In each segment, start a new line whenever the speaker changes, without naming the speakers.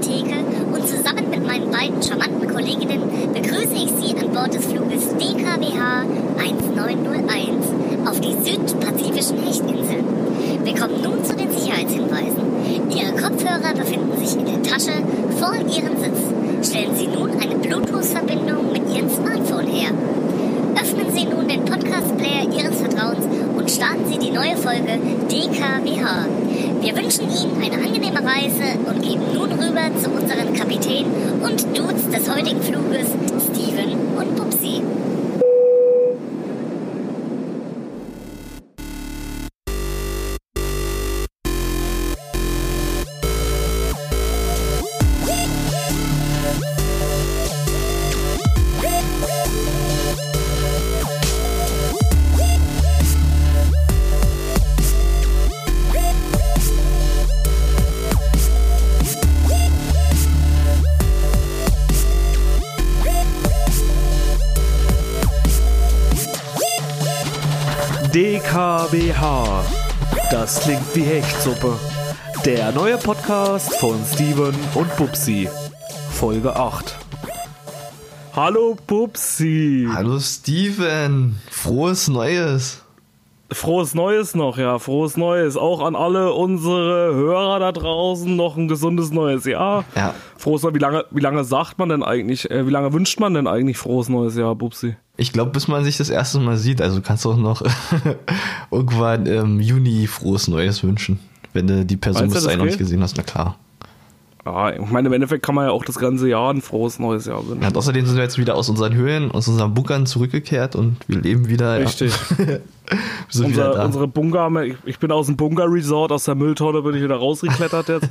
Theke und zusammen mit meinen beiden charmanten Kolleginnen begrüße ich Sie an Bord des Fluges DKWH 1901 auf die südpazifischen Hechtinseln. Wir kommen nun zu den Sicherheitshinweisen. Ihre Kopfhörer befinden sich in der Tasche vor Ihrem Sitz. Stellen Sie nun eine Bluetooth-Verbindung mit Ihrem Smartphone her. Öffnen Sie nun den Podcast-Player Ihres Vertrauens und starten Sie die neue Folge DKWH. Wir wünschen Ihnen eine angenehme Reise und geben nun rüber zu unserem Kapitän und Dudes des heutigen Fluges, Steven und Pupsi.
DKBH. Das klingt wie Hechtsuppe. Der neue Podcast von Steven und Bubsi. Folge 8. Hallo Bubsi.
Hallo Steven, frohes Neues.
Frohes Neues noch, ja, frohes Neues. Auch an alle unsere Hörer da draußen noch ein gesundes neues Jahr.
Ja.
Frohes Neues, wie lange, wie lange sagt man denn eigentlich, äh, wie lange wünscht man denn eigentlich frohes neues Jahr, Bubsi?
Ich glaube, bis man sich das erste Mal sieht, also kannst du auch noch irgendwann im Juni frohes Neues wünschen, wenn du die Person
Meinst du,
bis
das
dahin noch nicht
geht?
gesehen hast, na klar.
Ja, ich meine, im Endeffekt kann man ja auch das ganze Jahr ein frohes neues Jahr
Ja,
wünschen.
und außerdem sind wir jetzt wieder aus unseren Höhlen, aus unseren Bunkern zurückgekehrt und wir leben wieder.
Richtig.
Ja. wir sind wieder
Unser,
da.
unsere Bunker, haben wir- ich, ich bin aus dem Bunker-Resort, aus der Mülltonne bin ich wieder rausgeklettert jetzt.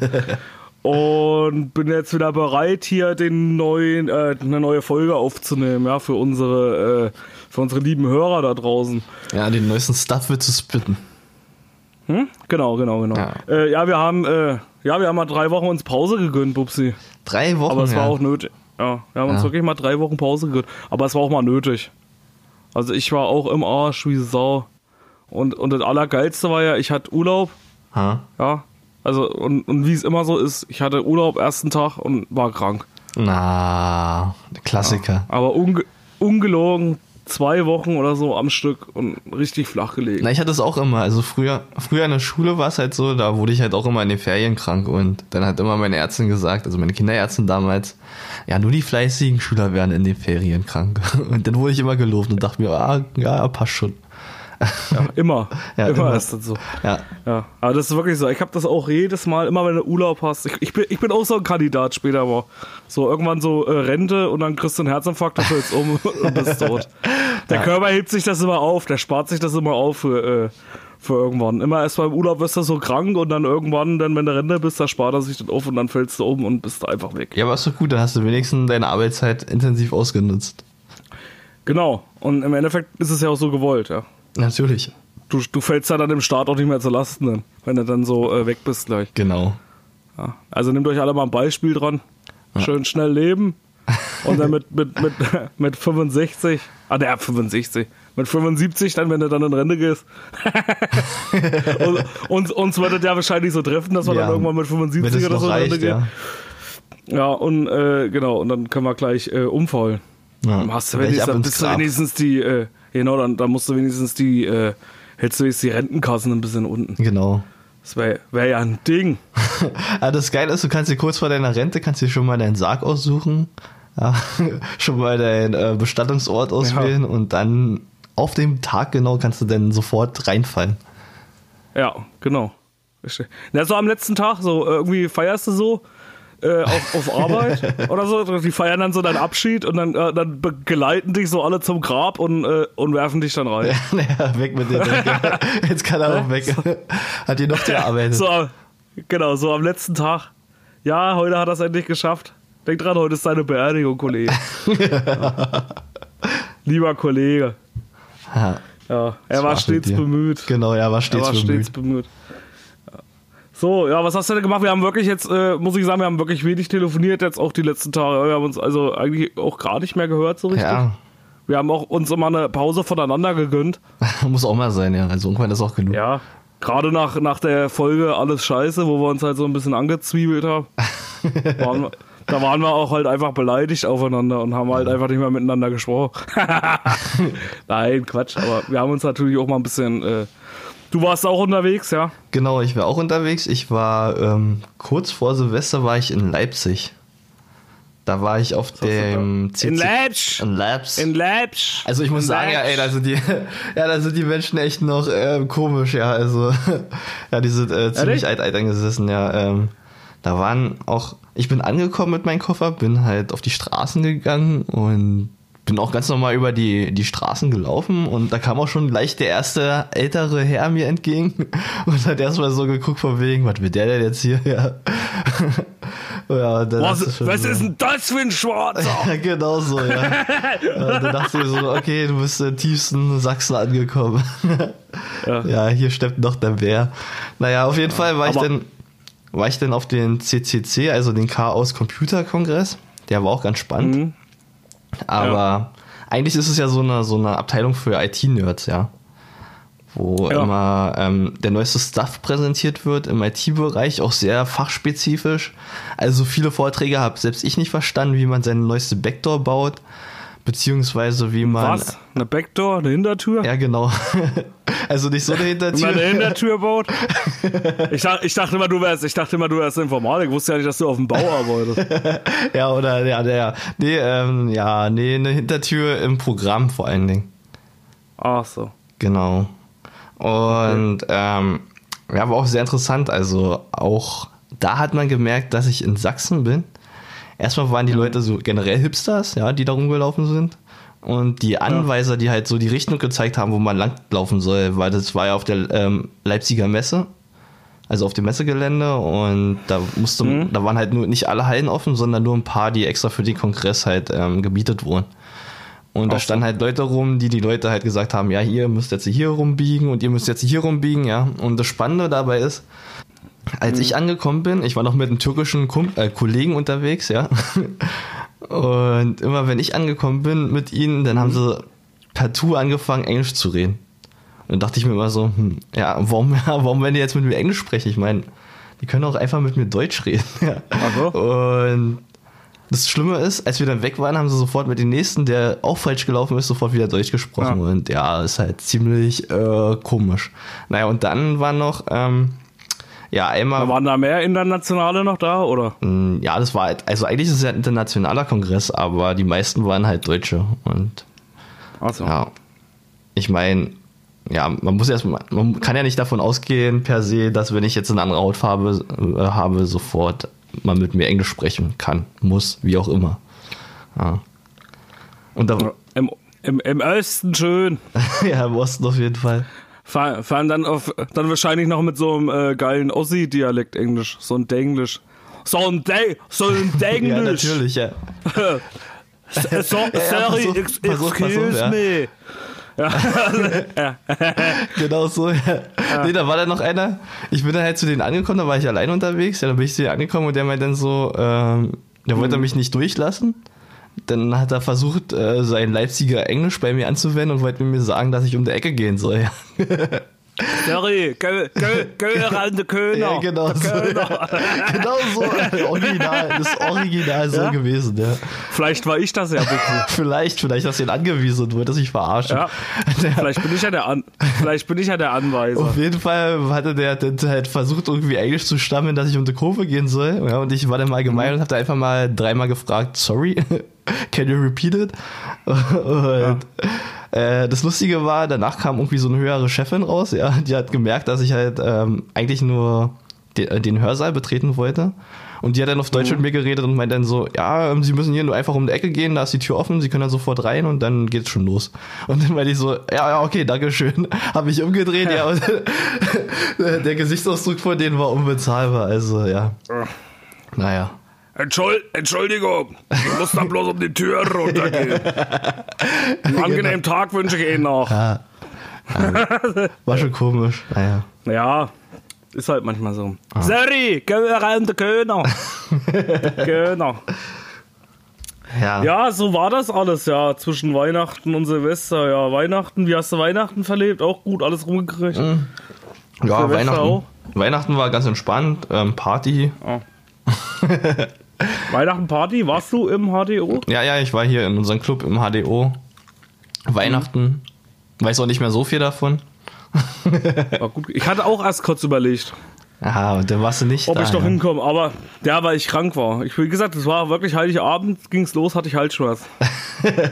Und bin jetzt wieder bereit, hier den neuen, äh, eine neue Folge aufzunehmen, ja, für unsere, äh, für unsere lieben Hörer da draußen.
ja, den neuesten Stuff wird zu spitten.
Hm? Genau, genau, genau. Ja,
Ja.
äh, ja wir haben, äh, ja, wir haben mal drei Wochen uns Pause gegönnt, Bubsi.
Drei Wochen.
Aber es
ja.
war auch nötig. Ja, wir haben uns
Ja.
wirklich mal drei Wochen Pause gegönnt. Aber es war auch mal nötig. Also ich war auch im Arsch wie Sau. Und, und das Allergeilste war ja, ich hatte Urlaub,
Ha?
ja. Also, und, und wie es immer so ist, ich hatte Urlaub ersten Tag und war krank.
Na, Klassiker.
Aber unge ungelogen zwei Wochen oder so am Stück und richtig flach gelegen.
Na, ich hatte es auch immer. Also früher, früher in der Schule war es halt so, da wurde ich halt auch immer in den Ferien krank und dann hat immer meine Ärztin gesagt, also meine Kinderärztin damals, ja, nur die fleißigen Schüler werden in den Ferien krank. Und dann wurde ich immer gelobt und dachte mir, ah, ja, passt schon.
Ja, immer.
Ja,
immer,
immer.
ist das so.
Ja,
Ja, aber das ist wirklich so. Ich habe das auch jedes Mal, immer wenn du Urlaub hast. Ich, ich, bin, ich bin auch so ein Kandidat später mal. So irgendwann so äh, Rente und dann kriegst du einen Herzinfarkt, dann fällst du um und bist tot. Der Körper hebt sich das immer auf, der spart sich das immer auf für, äh, für irgendwann. Immer erst beim Urlaub wirst du so krank und dann irgendwann, dann wenn du Rente bist, da spart er sich das auf und dann fällst du um und bist einfach weg.
ja, aber ist doch gut, dann hast du wenigstens deine Arbeitszeit intensiv ausgenutzt.
Genau. Und im Endeffekt ist es ja auch so gewollt, ja.
Natürlich.
Du, du fällst ja dann im Start auch nicht mehr zu Lasten, dann, wenn du dann so äh, weg bist gleich.
Genau.
Ja, also nehmt euch alle mal ein Beispiel dran. Schön schnell leben. Und dann mit, mit, mit, mit 65, ah der 65, mit 75 dann, wenn du dann in Rente gehst. und, uns, uns wird das ja wahrscheinlich so treffen, dass wir
Ja,
dann irgendwann mit
Wenn
75
es
oder
noch
so in Rente
reicht,
gehen.
ja.
Ja, und äh, genau, und dann können wir gleich äh, umfallen.
Ja,
Dann Hast du
gleich
wenigstens,
ab
dann
ins
bist du
Grab.
wenigstens die, äh, genau, dann, dann musst du wenigstens die, äh, hältst du jetzt die Rentenkassen ein bisschen unten.
Genau.
Das wäre wär ja ein Ding.
Aber Ah, das Geile ist, du kannst dir kurz vor deiner Rente, kannst dir schon mal deinen Sarg aussuchen, ja, schon mal deinen äh, Bestattungsort auswählen und dann auf dem Tag genau kannst du dann sofort reinfallen.
Ja, genau. Richtig. Na, so am letzten Tag, so äh, irgendwie feierst du so äh, auf, auf Arbeit oder so. Die feiern dann so deinen Abschied und dann, äh, dann begleiten dich so alle zum Grab und, äh, und werfen dich dann rein.
naja, weg mit dem. Jetzt kann er auch weg. Hat hier noch gearbeitet.
So, am- genau, so am letzten Tag. Ja, heute hat er es endlich geschafft. Denk dran, heute ist deine Beerdigung, Kollege. Ja. Lieber Kollege.
Ja,
Ja, er
das
war
war's mit
stets
dir.
bemüht.
Genau, ja, war
Er
stets
war stets
bemüht.
bemüht. Ja. So, ja, was hast du denn gemacht? Wir haben wirklich jetzt, äh, muss ich sagen, wir haben wirklich wenig telefoniert jetzt auch die letzten Tage. Wir haben uns also eigentlich auch gar nicht mehr gehört so richtig.
Ja,
Wir haben auch uns immer eine Pause voneinander gegönnt.
muss auch mal sein, ja. Also irgendwann ist auch genug.
Ja. Gerade nach, nach der Folge Alles Scheiße, wo wir uns halt so ein bisschen angezwiebelt haben. Waren wir, da waren wir auch halt einfach beleidigt aufeinander und haben halt einfach nicht mehr miteinander gesprochen. Nein, Quatsch, aber wir haben uns natürlich auch mal ein bisschen. Äh, du warst auch unterwegs, ja?
Genau, ich war auch unterwegs. Ich war ähm, kurz vor Silvester war ich in Leipzig. Da war ich auf dem
In Leipzig!
In Labs.
In Leipzig!
also ich muss
In
sagen, ja, ey, da sind die, ja, da sind die Menschen echt noch ähm, komisch, ja. Also, ja, die sind äh, ziemlich
Ehrlich?
alt, alt angesessen, ja. Ähm, da waren auch, ich bin angekommen mit meinem Koffer, bin halt auf die Straßen gegangen und bin auch ganz normal über die, die Straßen gelaufen und da kam auch schon gleich der erste ältere Herr mir entgegen und hat erstmal so geguckt von wegen, was will der denn jetzt hier? Ja. ja, dann hast du
Was,
schon
was
so-
ist denn das für ein Schwarzer?
ja, genau so, ja. ja dann dachte ich so, okay, du bist im tiefsten Sachsen angekommen. ja.
Ja.
hier steppt noch der Bär. Naja, auf jeden Fall war ich
aber-
dann war ich dann auf den CCC, also den Chaos Computer Kongress. Der war auch ganz spannend.
Mhm.
Aber eigentlich ist es ja so eine, so eine Abteilung für IT-Nerds, ja. Wo
Ja.
immer ähm, der neueste Stuff präsentiert wird im IT-Bereich, auch sehr fachspezifisch. Also viele Vorträge habe selbst ich nicht verstanden, wie man seine neueste Backdoor baut, beziehungsweise wie man.
Was? Eine Backdoor? Eine Hintertür?
Ja, genau. also nicht so
Wenn
eine
man eine
Hintertür.
Hintertür baut? Ich, dach- ich dachte immer, du wärst, ich dachte immer, du wärst Informatik. Ich wusste ja nicht, dass du auf dem Bau arbeitest.
Ja, oder ja, ja, ja. Nee, ähm, ja, nee, eine Hintertür im Programm vor allen Dingen.
Ach so.
Genau. Und ähm, ja, war auch sehr interessant. Also auch da hat man gemerkt, dass ich in Sachsen bin. Erstmal waren die Leute so generell Hipsters, ja, die da rumgelaufen sind. Und die Anweiser, die halt so die Richtung gezeigt haben, wo man langlaufen soll, weil das war ja auf der ähm, Leipziger Messe, also auf dem Messegelände und da musste,
Mhm.
da waren halt nur nicht alle Hallen offen, sondern nur ein paar, die extra für den Kongress halt ähm, gebietet wurden. Und da
Ach so.
standen halt Leute rum, die die Leute halt gesagt haben, ja, ihr müsst jetzt hier rumbiegen und ihr müsst jetzt hier rumbiegen, ja. Und das Spannende dabei ist, als ich angekommen bin, ich war noch mit einem türkischen Kum äh, Kollegen unterwegs, ja. Und immer wenn ich angekommen bin mit ihnen, dann haben sie partout angefangen, Englisch zu reden. Und dann dachte ich mir immer so, hm, ja, warum, ja, warum werden die jetzt mit mir Englisch sprechen? Ich meine, die können auch einfach mit mir Deutsch reden. Ja.
Ach so.
Oh, Und das Schlimme ist, als wir dann weg waren, haben sie sofort mit dem nächsten, der auch falsch gelaufen ist, sofort wieder Deutsch gesprochen.
Ja.
Und ja, ist halt ziemlich äh, komisch. Naja, und dann war noch, ähm, ja, einmal.
Da waren da mehr Internationale noch da, oder?
Mm, Ja, das war halt, also eigentlich ist es ja ein internationaler Kongress, aber die meisten waren halt Deutsche und
Ach so.
ja. Ich meine, ja, man muss erstmal, man kann ja nicht davon ausgehen per se, dass wenn ich jetzt eine andere Hautfarbe äh, habe, sofort man mit mir Englisch sprechen kann, muss, wie auch immer. Ja. Und da,
Im, im, Im Osten schön.
ja, im Osten auf jeden Fall.
Vor, vor allem dann, auf, dann wahrscheinlich noch mit so einem äh, geilen Ossi-Dialekt Englisch. So ein Denglisch. So ein, De so ein Denglisch.
Ja, natürlich, ja.
So, sorry,
pass auf,
ex-
pass auf, pass auf,
excuse
ja.
me.
Genau so, ja. Nee, da war dann noch einer. Ich bin dann halt zu denen angekommen, da war ich allein unterwegs. Ja, da bin ich zu denen angekommen und der meint dann so, ähm, der wollte mich nicht durchlassen. Dann hat er versucht, äh, sein Leipziger Englisch bei mir anzuwenden und wollte mir sagen, dass ich um die Ecke gehen soll. Ja,
Sorry, geh, geh, geh ran, der Köhner.
ja genau so. genau so. Original, das ist original so
Ja?
gewesen, ja.
Vielleicht war ich das ja. Bucki.
Vielleicht, vielleicht hast du ihn angewiesen und wolltest dich verarschen.
Ja.
Der-
Vielleicht bin ich ja der, An Vielleicht bin ich ja der Anweiser.
Auf jeden Fall hatte der dann halt versucht, irgendwie Englisch zu stammeln, dass ich um die Kurve gehen soll. Ja, und ich war dann mal gemein und hab da einfach mal dreimal gefragt, sorry, can you repeat it? Und äh, das Lustige war, danach kam irgendwie so eine höhere Chefin raus, ja, die hat gemerkt, dass ich halt ähm, eigentlich nur den, äh, den Hörsaal betreten wollte. Und die hat dann auf Deutsch mit mir geredet und meint dann so, ja, ähm, sie müssen hier nur einfach um die Ecke gehen, da ist die Tür offen, sie können dann sofort rein und dann geht's schon los. Und dann meinte ich so, ja, ja, okay, dankeschön. Habe mich umgedreht, ja. und der Gesichtsausdruck von denen war unbezahlbar, also ja. Naja.
Entschuld Entschuldigung, ich muss dann bloß um die Tür runtergehen. Einen
genau.
angenehmen Tag wünsche ich Ihnen noch.
War schon komisch. Naja.
Ja, ist halt manchmal so.
Ah.
Sorry, geh ran, der Köhner. Köhner.
Ja.
Ja, so war das alles, ja. Zwischen Weihnachten und Silvester, ja. Weihnachten, wie hast du Weihnachten verlebt? Auch gut, alles rumgekriegt.
Ja,
Silvester
Weihnachten.
auch?
Weihnachten war ganz entspannt. Ähm, Party.
Ja. Weihnachten Party, warst du im HDO?
Ja, ja, ich war hier in unserem Club im HDO. Weihnachten. Weiß auch nicht mehr so viel davon.
War gut. Ich hatte auch erst kurz überlegt,
Aha, und dann warst du nicht
ob
da.
ich noch
ja.
hinkomme, aber ja, weil ich krank war. Ich, wie gesagt, es war wirklich Heiligabend, ging's los, hatte ich Halsschmerz.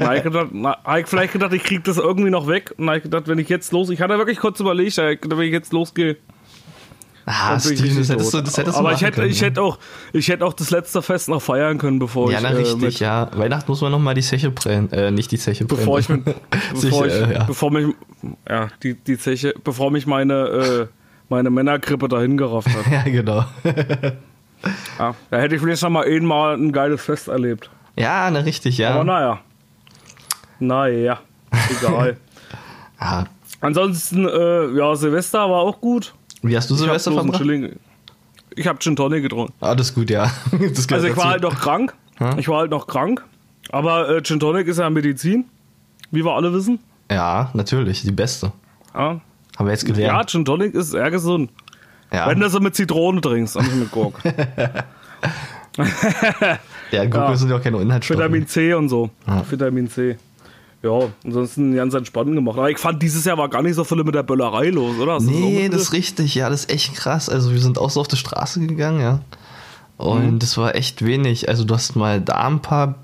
Na, ich gedacht, na, hab ich vielleicht gedacht, ich krieg das irgendwie noch weg. Und hab ich gedacht, wenn ich jetzt los, ich hatte wirklich kurz überlegt, hab ich gedacht, wenn ich jetzt losgehe,
Ah,
dann bin ich
Steven, das
richtig
hättest du,
tot.
das hättest du
Aber ich
machen
hätte,
können,
ich
ja.
hätte auch, ich hätte auch das letzte Fest noch feiern können, bevor
Ja,
ich
na
äh,
richtig,
mit,
ja. Weihnachten muss man nochmal die Zeche brennen. Äh, nicht die Zeche brennen.
bevor ich mit,
Sich,
bevor ich,
äh, ja.
bevor mich, ja, die, die Zeche, bevor mich meine, äh, meine Männerkrippe dahin gerafft hat.
ja, genau.
Ja, da hätte ich vielleicht noch mal einmal ein geiles Fest erlebt.
Ja, na richtig, ja.
Aber naja. Naja, egal.
ah,
Ansonsten, äh, ja, Silvester war auch gut.
wie hast du
Ich hab
Silvester
bloß einen
verbracht?
chilligen- Ich habe Gin Tonic getrunken.
Alles gut, ja. Das gehört
Also ich war
dazu.
halt noch krank. Ich war halt noch krank. Aber äh, Gin Tonic ist ja Medizin, wie wir alle wissen.
Ja, natürlich, die beste.
Ja,
Haben wir jetzt
ja
gelernt.
Gin Tonic ist sehr gesund.
Ja,
Wenn du so mit Zitrone trinkst und nicht mit Gurk.
ja Gurken
ja.
sind ja auch keine Inhaltsstoffe.
Vitamin C und so. Vitamin C. Ja, ansonsten ganz entspannt gemacht. Aber ich fand, dieses Jahr war gar nicht so viel mit der Böllerei los, oder? Hast du
Nee,
so
das ist richtig, ja, das ist echt krass. Also wir sind auch so auf die Straße gegangen, ja. Und das war echt wenig. Also du hast mal da ein paar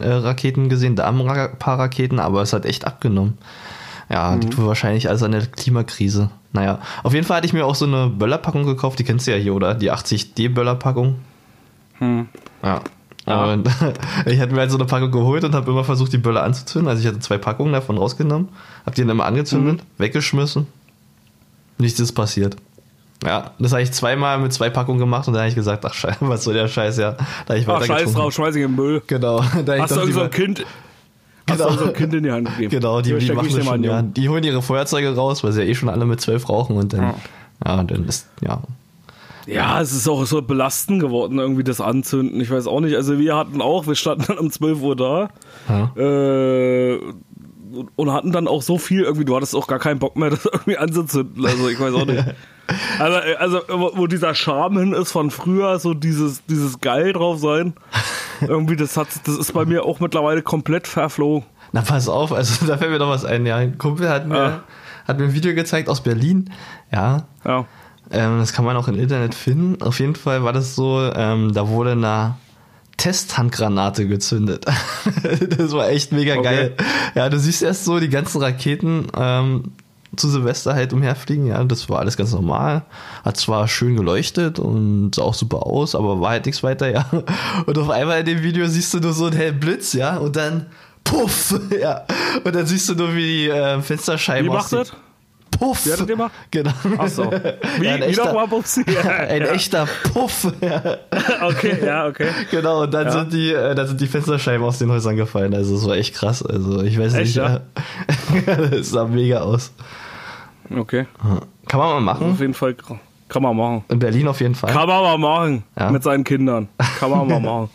äh, Raketen gesehen, da ein Ra- paar Raketen, aber es hat echt abgenommen. Ja, liegt wohl wahrscheinlich alles an der Klimakrise. Naja, auf jeden Fall hatte ich mir auch so eine Böllerpackung gekauft, die kennst du ja hier, oder? Die 80D-Böllerpackung. Ja. Und ich hatte mir halt so eine Packung geholt und habe immer versucht, die Böller anzuzünden. Also ich hatte zwei Packungen davon rausgenommen, habe die dann immer angezündet, weggeschmissen. Nichts ist passiert. Ja, das habe ich zweimal mit zwei Packungen gemacht und dann habe ich gesagt, ach scheiße, was soll der Scheiß, ja. Da hab ich
Ach,
weiter
Ah, scheiß drauf, schmeiß ich in den Müll.
Genau. Da hab ich
Hast du
doch
irgend so
lieber-
ein Kind, hast du irgend so ein Kind in die Hand gegeben?
Genau, die,
Hier,
die
steck
machen
mich
das
dem an,
schon, ja.
Junge.
Die holen ihre Feuerzeuge raus, weil sie ja eh schon alle mit zwölf rauchen und dann, ja, dann ist, ja.
Ja, es ist auch so belastend geworden, irgendwie das Anzünden. Ich weiß auch nicht. Also wir hatten auch, wir standen dann um 12 Uhr da
Ja.
äh, und- und hatten dann auch so viel, irgendwie, du hattest auch gar keinen Bock mehr, das irgendwie anzuzünden. Also ich weiß auch nicht. Also, äh, also wo wo dieser Charme hin ist von früher, so dieses, dieses geil drauf sein. Irgendwie, das hat das ist bei mir auch mittlerweile komplett verflogen.
Na, pass auf, also da fällt mir doch was ein. Ja, ein Kumpel hat mir,
Ah.
hat mir ein Video gezeigt aus Berlin. Ja,
Ja.
ähm, das kann man auch im Internet finden. Auf jeden Fall war das so, ähm, da wurde eine Testhandgranate gezündet. das war echt mega
Okay.
geil. Ja, du siehst erst so die ganzen Raketen ähm, zu Silvester halt umherfliegen. Ja, das war alles ganz normal. Hat zwar schön geleuchtet und sah auch super aus, aber war halt nichts weiter, ja. Und auf einmal in dem Video siehst du nur so einen hellen Blitz, ja, und dann Puff, ja. Und dann siehst du nur, wie die äh, Fensterscheiben
Wie
aus
macht
den-
das?
Puff.
Wie hattet ihr mal?
Genau.
Ach so. Wie,
Ja, ein
wie
echter-
nochmal, Bubsi?
Ein
Ja.
echter Puff. Ja,
Okay, ja, okay.
genau, und dann,
Ja.
sind die, äh, dann sind die Fensterscheiben aus den Häusern gefallen. Also es war echt krass. Also ich weiß
Echt,
nicht.
ja?
äh, das sah mega aus.
Okay.
Kann man mal machen.
Auf jeden Fall kann man machen.
In Berlin auf jeden Fall.
Kann man mal machen.
Ja.
Mit seinen Kindern. Kann man mal machen.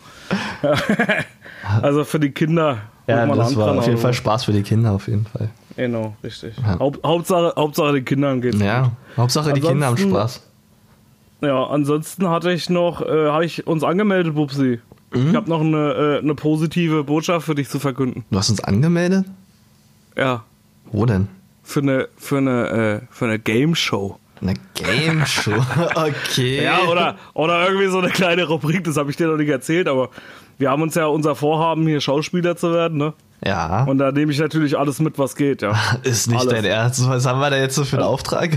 also für die Kinder.
Ja,
holt man
das
einen
war
Anfang,
auf jeden Fall
also.
Spaß für die Kinder, auf jeden Fall.
Genau, richtig.
Ja.
Haupt, Hauptsache, Hauptsache den Kindern geht's.
Ja, Hauptsache die Kinder haben
Ansonsten-
Spaß.
Ja, ansonsten hatte ich noch, äh, habe ich uns angemeldet, Bubsi.
Mhm.
Ich habe noch eine, äh, eine positive Botschaft für dich zu verkünden.
Du hast uns angemeldet?
Ja,
Wo denn?
für eine, für eine, äh, für eine Game Show.
Eine Game Show. Okay.
Ja, oder, oder irgendwie so eine kleine Rubrik, das habe ich dir noch nicht erzählt, aber wir haben uns ja unser Vorhaben, hier Schauspieler zu werden, ne?
Ja.
Und da nehme ich natürlich alles mit, was geht, ja.
ist nicht
Alles.
dein Ernst. Was haben wir da jetzt so für einen Auftrag?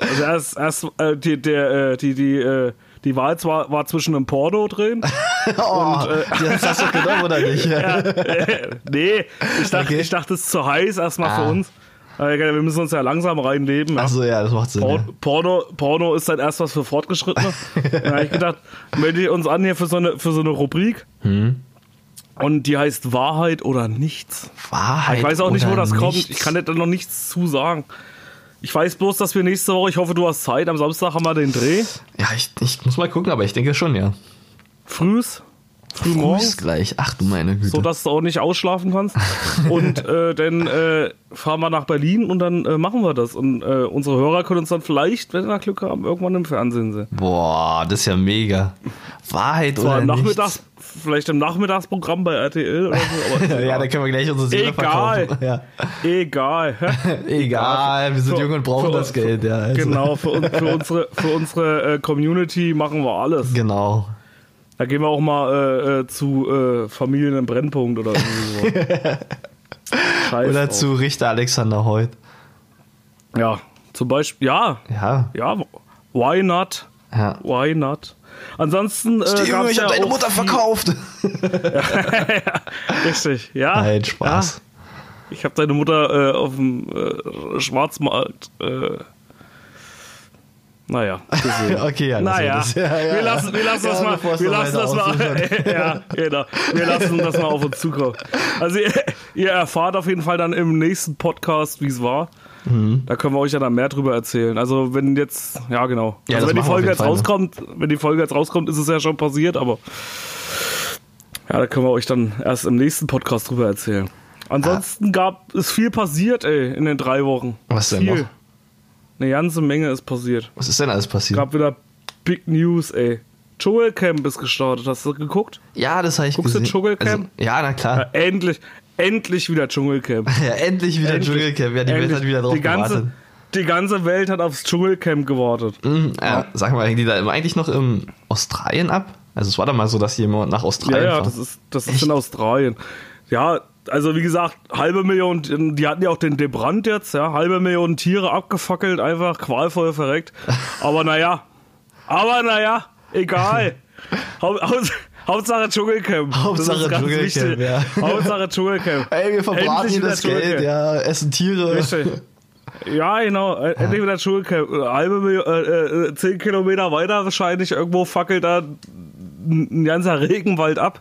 Also erst, erst äh, die, der, äh, die, die, äh, die Wahl zwar, war zwischen einem Porno drehen.
Oh,
äh,
das hast du doch genommen, oder nicht?
nee, ich dachte,
Okay.
ich dachte, es ist zu heiß erstmal
Ah.
für uns. Äh, egal, wir müssen uns ja langsam reinleben. Ja.
Achso, ja, das macht Sinn.
Por Porno, Porno ist dann erst was für Fortgeschrittene. da habe ich gedacht, melde ich uns an hier für so eine, für so eine Rubrik.
Hm.
Und die heißt Wahrheit oder nichts.
ja. Wahrheit.
Ich weiß auch nicht, wo
oder
das kommt.
nichts.
Ich kann dir da noch nichts zu sagen. Ich weiß bloß, dass wir nächste Woche, ich hoffe, du hast Zeit, am Samstag haben wir den Dreh.
Ja, ich, ich muss mal gucken, aber ich denke schon, ja.
Frühs. Früh
Fuß
morgens.
gleich. Ach du meine Güte.
So dass du auch nicht ausschlafen kannst. Und äh, dann äh, fahren wir nach Berlin und dann äh, machen wir das. Und äh, unsere Hörer können uns dann vielleicht, wenn wir Glück haben, irgendwann im Fernsehen sehen.
Boah, das ist ja mega. Wahrheit
War
oder
im Nachmittags,
nichts.
vielleicht im Nachmittagsprogramm bei RTL oder so, aber
Ja, da können wir gleich unsere Seele
Egal.
verkaufen. Ja.
egal.
Egal, wir sind
Für-
jung und brauchen
für-
das Geld. Ja, also.
Genau, für, un- für unsere, für unsere äh, Community machen wir alles.
Genau.
Da gehen wir auch mal äh, äh, zu äh, Familien im Brennpunkt oder irgendwie so. Scheiß
Oder
drauf.
zu Richter Alexander Hoyt.
Ja, zum Beispiel. Ja,
Ja.
ja, why not?
ja.
Why not? Ansonsten. Äh, gab's ja auch viel-
verkauft.
Richtig, ja.
Nein, Spaß.
Ja, ich habe deine Mutter äh, auf dem äh, Schwarzmarkt. Äh, naja, gesehen.
Okay, ja, lassen wir
naja,
also das. Ja, ja,
wir
ja.
lassen, wir lassen das
Ja, bevor
mal,
es
wir
noch
lassen
weiter
das mal,
ausufert.
ja, genau. wir lassen das mal auf uns zukommen. Also ihr, ihr erfahrt auf jeden Fall dann im nächsten Podcast, wie es war.
Mhm.
Da können wir euch ja dann mehr drüber erzählen. Also wenn jetzt, ja genau,
Ja,
also wenn
das
die
machen wir auf
Folge
jeden
jetzt
Fall, ne?
rauskommt, wenn die Folge jetzt rauskommt, ist es ja schon passiert, aber ja, da können wir euch dann erst im nächsten Podcast drüber erzählen. Ansonsten gab es viel passiert, ey, in den drei Wochen.
Ah. Was denn
viel.
noch?
Eine ganze Menge ist passiert.
Was ist denn alles passiert?
Gab wieder Big News, ey. Joel Camp ist gestartet. Hast du geguckt?
ja, das habe ich
Guckst du
gesehen. Also,
Dschungelcamp?
ja, na
Ja,
klar.
endlich, endlich wieder Dschungelcamp.
Ja, endlich wieder
Endlich.
Dschungelcamp. Ja, die Welt
Endlich.
hat wieder drauf
die ganze,
gewartet.
die ganze Welt hat aufs Dschungelcamp gewartet.
Hm, ja, sag mal, hängen die da immer eigentlich noch im Australien ab? Also es war doch mal so, dass jemand nach
Ja,
Australien
ja,
fahren.
das ist, das ist
Echt?
in Australien. Ja, also wie gesagt, halbe Million, ähm, die hatten ja auch den Debrand jetzt, ja, halbe Million Tiere abgefackelt, einfach qualvoll verreckt. Aber naja, aber naja, egal. Hau, Haus- Hauptsache Dschungelcamp. Das ist
Hauptsache
ganz
Dschungelcamp,
wichtig.
ja.
Hauptsache Dschungelcamp.
Ey, wir verbraten
Endlich
hier
wieder
das Geld,
Dschungelcamp.
ja, essen Tiere.
Richtig. Ja, genau. Äh, Endlich wieder Dschungelcamp. Äh, Halbe Million, äh, äh, zehn Kilometer weiter wahrscheinlich irgendwo fackelt da ein ein ganzer Regenwald ab.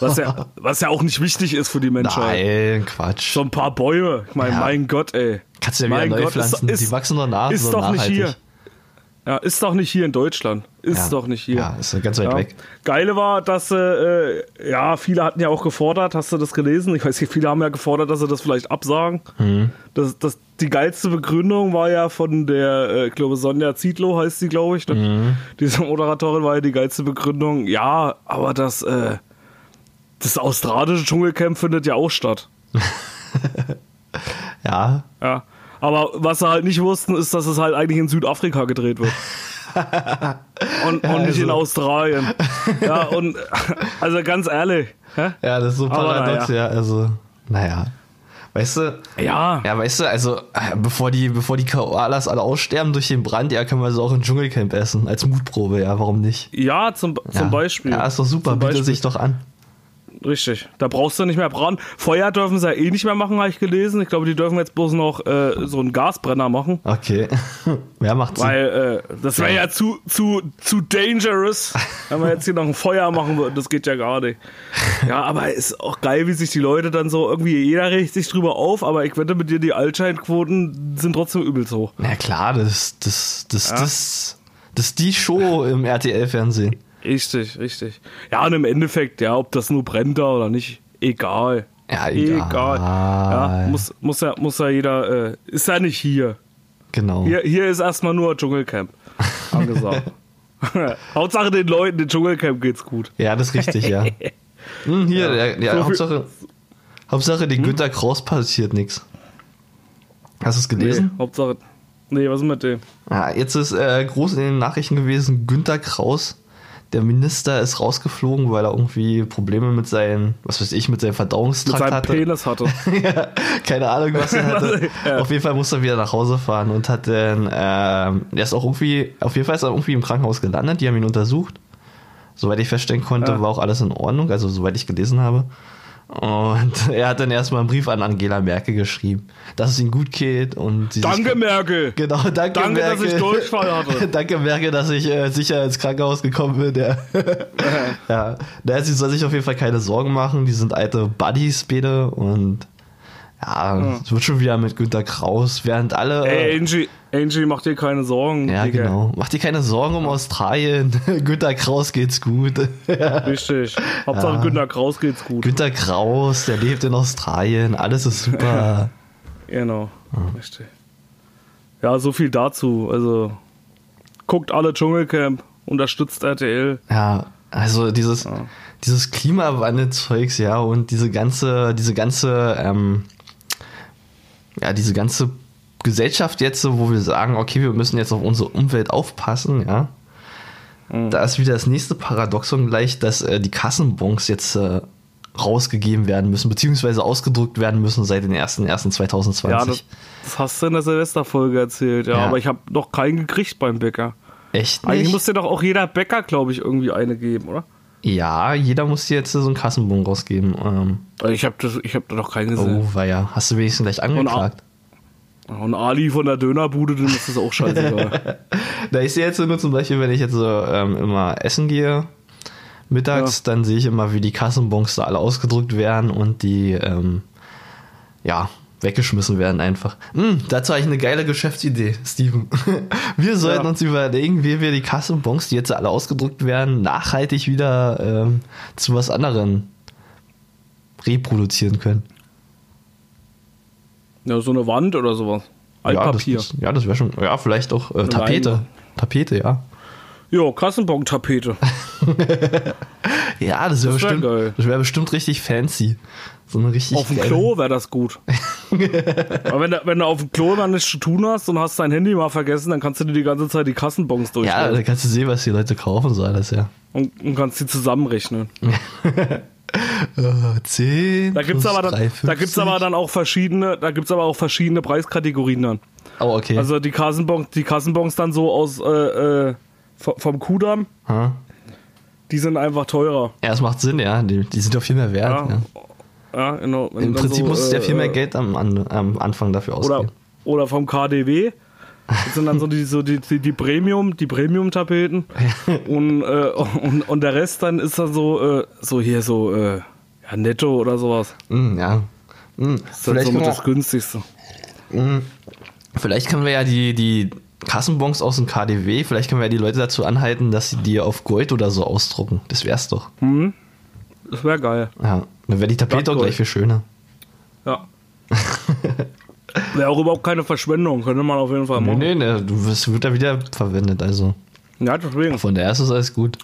Was ja, was ja auch nicht wichtig ist für die Menschheit.
Nein, Quatsch.
So ein paar Bäume. Ich meine,
Ja.
mein Gott, ey.
Kannst du ja wieder
Mein
neu
Gott, ist-
pflanzen. die
ist-
wachsen doch nach.
Ist
so
doch
nachhaltig.
nicht hier. Ja, ist doch nicht hier in Deutschland. Ist
Ja.
doch nicht hier.
Ja, ist ganz weit
Ja.
weg.
Geile war, dass äh, äh, ja, viele hatten ja auch gefordert, hast du das gelesen? Ich weiß nicht, viele haben ja gefordert, dass sie das vielleicht absagen.
Mhm.
Das, das, die geilste Begründung war ja von der, äh, ich glaube, Sonja Zietlow heißt sie, glaube ich. Ne?
Mhm.
Diese Moderatorin war ja die geilste Begründung. Ja, aber das, äh, das australische Dschungelcamp findet ja auch statt.
Ja,
Ja. Aber was sie halt nicht wussten, ist, dass es halt eigentlich in Südafrika gedreht wird. und, und nicht
Also.
in Australien. Ja, und also ganz ehrlich. Hä?
Ja, das ist so
Aber
paradox, ja. Also, naja. Weißt du?
Ja.
Ja, weißt du, also, äh, bevor die, bevor die Koalas alle aussterben durch den Brand, ja, können wir sie auch im Dschungelcamp essen. Als Mutprobe, ja, warum nicht?
Ja, zum,
Ja.
zum Beispiel.
Ja, ist doch super,
Zum
bietet
Beispiel.
sich doch an.
Richtig. Da brauchst du nicht mehr Brand. Feuer dürfen sie ja eh nicht mehr machen, habe ich gelesen. Ich glaube, die dürfen jetzt bloß noch äh, so einen Gasbrenner machen.
Okay. Wer macht's?
Weil äh, das wäre ja zu, zu, zu dangerous, wenn wir jetzt hier noch ein Feuer machen würden. Das geht ja gar nicht. Ja, aber ist auch geil, wie sich die Leute dann so irgendwie, jeder regt sich drüber auf, aber ich wette mit dir, die Altscheinquoten sind trotzdem übelst hoch.
Na klar, das, das, das, das, das ist die Show im RTL-Fernsehen.
Richtig, richtig. Ja, und im Endeffekt, ja, ob das nur brennt da oder nicht, egal.
Ja, egal.
Ja, muss, muss ja, muss ja jeder, äh, ist ja nicht hier.
Genau.
Hier, hier ist erstmal nur Dschungelcamp angesagt. Hauptsache den Leuten, den Dschungelcamp geht's gut.
Ja, das ist richtig, ja. Hm, hier, Der, der,
So viel- Hm?
Hauptsache, Hauptsache, den Günter Kraus passiert nichts. Hast du es gelesen?
Nee, Hauptsache. Nee, was ist mit dem?
Ja, jetzt ist äh, groß in den Nachrichten gewesen, Günter Kraus, der Minister, ist rausgeflogen, weil er irgendwie Probleme mit seinem, was weiß ich, mit seinem
Mit
Verdauungstrakt
seinem
hatte.
Penis hatte.
ja, keine Ahnung, was er hatte.
Ja.
Auf jeden Fall musste er wieder nach Hause fahren und hat dann, ähm, er ist auch irgendwie, auf jeden Fall ist er irgendwie im Krankenhaus gelandet, die haben ihn untersucht. Soweit ich feststellen konnte,
Ja.
war auch alles in Ordnung, also soweit ich gelesen habe. Und er hat dann erstmal einen Brief an Angela Merkel geschrieben, dass es ihm gut geht und sie sich-
Danke, Merkel!
Genau, danke,
Danke, dass
Merkel.
ich Durchfall hatte.
danke, Merkel, dass ich äh, sicher ins Krankenhaus gekommen bin. Ja. ja. Naja, sie soll sich auf jeden Fall keine Sorgen machen. Die sind alte Buddies, beide. Und ja, es wird schon wieder mit Günter Kraus, während alle.
Hm.
äh,
Ey, Angie, Angie, mach dir keine Sorgen.
ja,
Digga.
genau. Mach dir keine Sorgen um Australien. Günter Kraus geht's gut.
Richtig. Hauptsache Günter Kraus geht's gut.
Günter Kraus, der lebt in Australien. Alles ist super.
genau. Richtig. Ja, so viel dazu. Also, guckt alle Dschungelcamp, unterstützt RTL.
ja. Also dieses, dieses Klimawandelzeugs, ja, und diese ganze, diese ganze, ähm, ja, diese ganze Gesellschaft jetzt, so, wo wir sagen, okay, wir müssen jetzt auf unsere Umwelt aufpassen, ja.
Mhm.
Da ist wieder das nächste Paradoxon gleich, dass äh, die Kassenbons jetzt äh, rausgegeben werden müssen, beziehungsweise ausgedruckt werden müssen seit den 1.1.2020.
Ja, das, das hast du in der Silvesterfolge erzählt, ja,
Ja.
aber ich habe noch keinen gekriegt beim Bäcker.
Echt
Eigentlich
nicht?
muss dir doch auch jeder Bäcker, glaube ich, irgendwie eine geben, oder?
ja, jeder muss dir jetzt so einen Kassenbon rausgeben. Ähm,
Also Ich habe das, ich habe da noch keinen gesehen.
oh, weia. Hast du wenigstens gleich angeklagt?
Und Ali von der Dönerbude, dem ist das auch scheißegal.
Na, ich sehe jetzt nur zum Beispiel, wenn ich jetzt so ähm, immer essen gehe, mittags, dann sehe ich immer, wie die Kassenbons da alle ausgedrückt werden und die, ähm, ja, weggeschmissen werden einfach. Hm, dazu habe ich eine geile Geschäftsidee, Steven. Wir sollten uns überlegen, wie wir die Kassenbons, die jetzt alle ausgedruckt werden, nachhaltig wieder ähm, zu was anderem reproduzieren können.
ja, so eine Wand oder sowas. Altpapier.
Ja, das, ja, das wäre schon, ja, vielleicht auch äh, Tapete.
Leinwand.
Tapete, ja.
Jo, Kassenbon-Tapete.
Ja,
Das
das wäre
wär
bestimmt,
geil.
das wär bestimmt richtig fancy. So eine richtig
Auf dem
geile-
Klo wäre das gut. Aber wenn du, wenn du auf dem Klo mal nichts zu tun hast und hast dein Handy mal vergessen, dann kannst du dir die ganze Zeit die Kassenbons
Ja, also- da
durchschauen
kannst du sehen, was die Leute kaufen, so alles, ja.
und, und kannst die zusammenrechnen.
Äh, 10
Da gibt's
plus
aber dann, da
3,50.
gibt's aber dann auch verschiedene, da gibt's aber auch verschiedene Preiskategorien dann.
Oh, okay.
Also die Kassenbons, die Kassenbons dann so aus äh, äh, vo- vom Kudamm,
Hm.
die sind einfach teurer.
ja, das macht Sinn, ja. Die, die sind doch viel mehr
Ja,
wert. Ja.
ja genau. Wenn
Im
dann
Prinzip
so,
musst du ja
äh,
viel mehr
äh,
Geld am, an, am Anfang dafür ausgeben.
oder, oder vom KDW. Das sind dann so die, so die, die, die Premium, die Premium-Tapeten. Und, äh, und, und der Rest dann ist dann so, äh, so hier so, äh, ja, netto oder sowas.
Hm, ja. Hm,
Das ist
vielleicht,
so
können
mit
wir,
das günstigste.
vielleicht können wir ja die, die Kassenbons aus dem KDW, vielleicht können wir ja die Leute dazu anhalten, dass sie die auf Gold oder so ausdrucken. Das wär's doch.
Das wäre geil.
Ja. Dann wäre die Tapete auch
Hm. Blattgold.
gleich viel schöner.
Ja. Wäre auch überhaupt keine Verschwendung, könnte man auf jeden Fall
Nee,
machen.
nee, nee, du wirst, wird da wieder verwendet, also.
Ja, deswegen.
Von der ist es alles gut.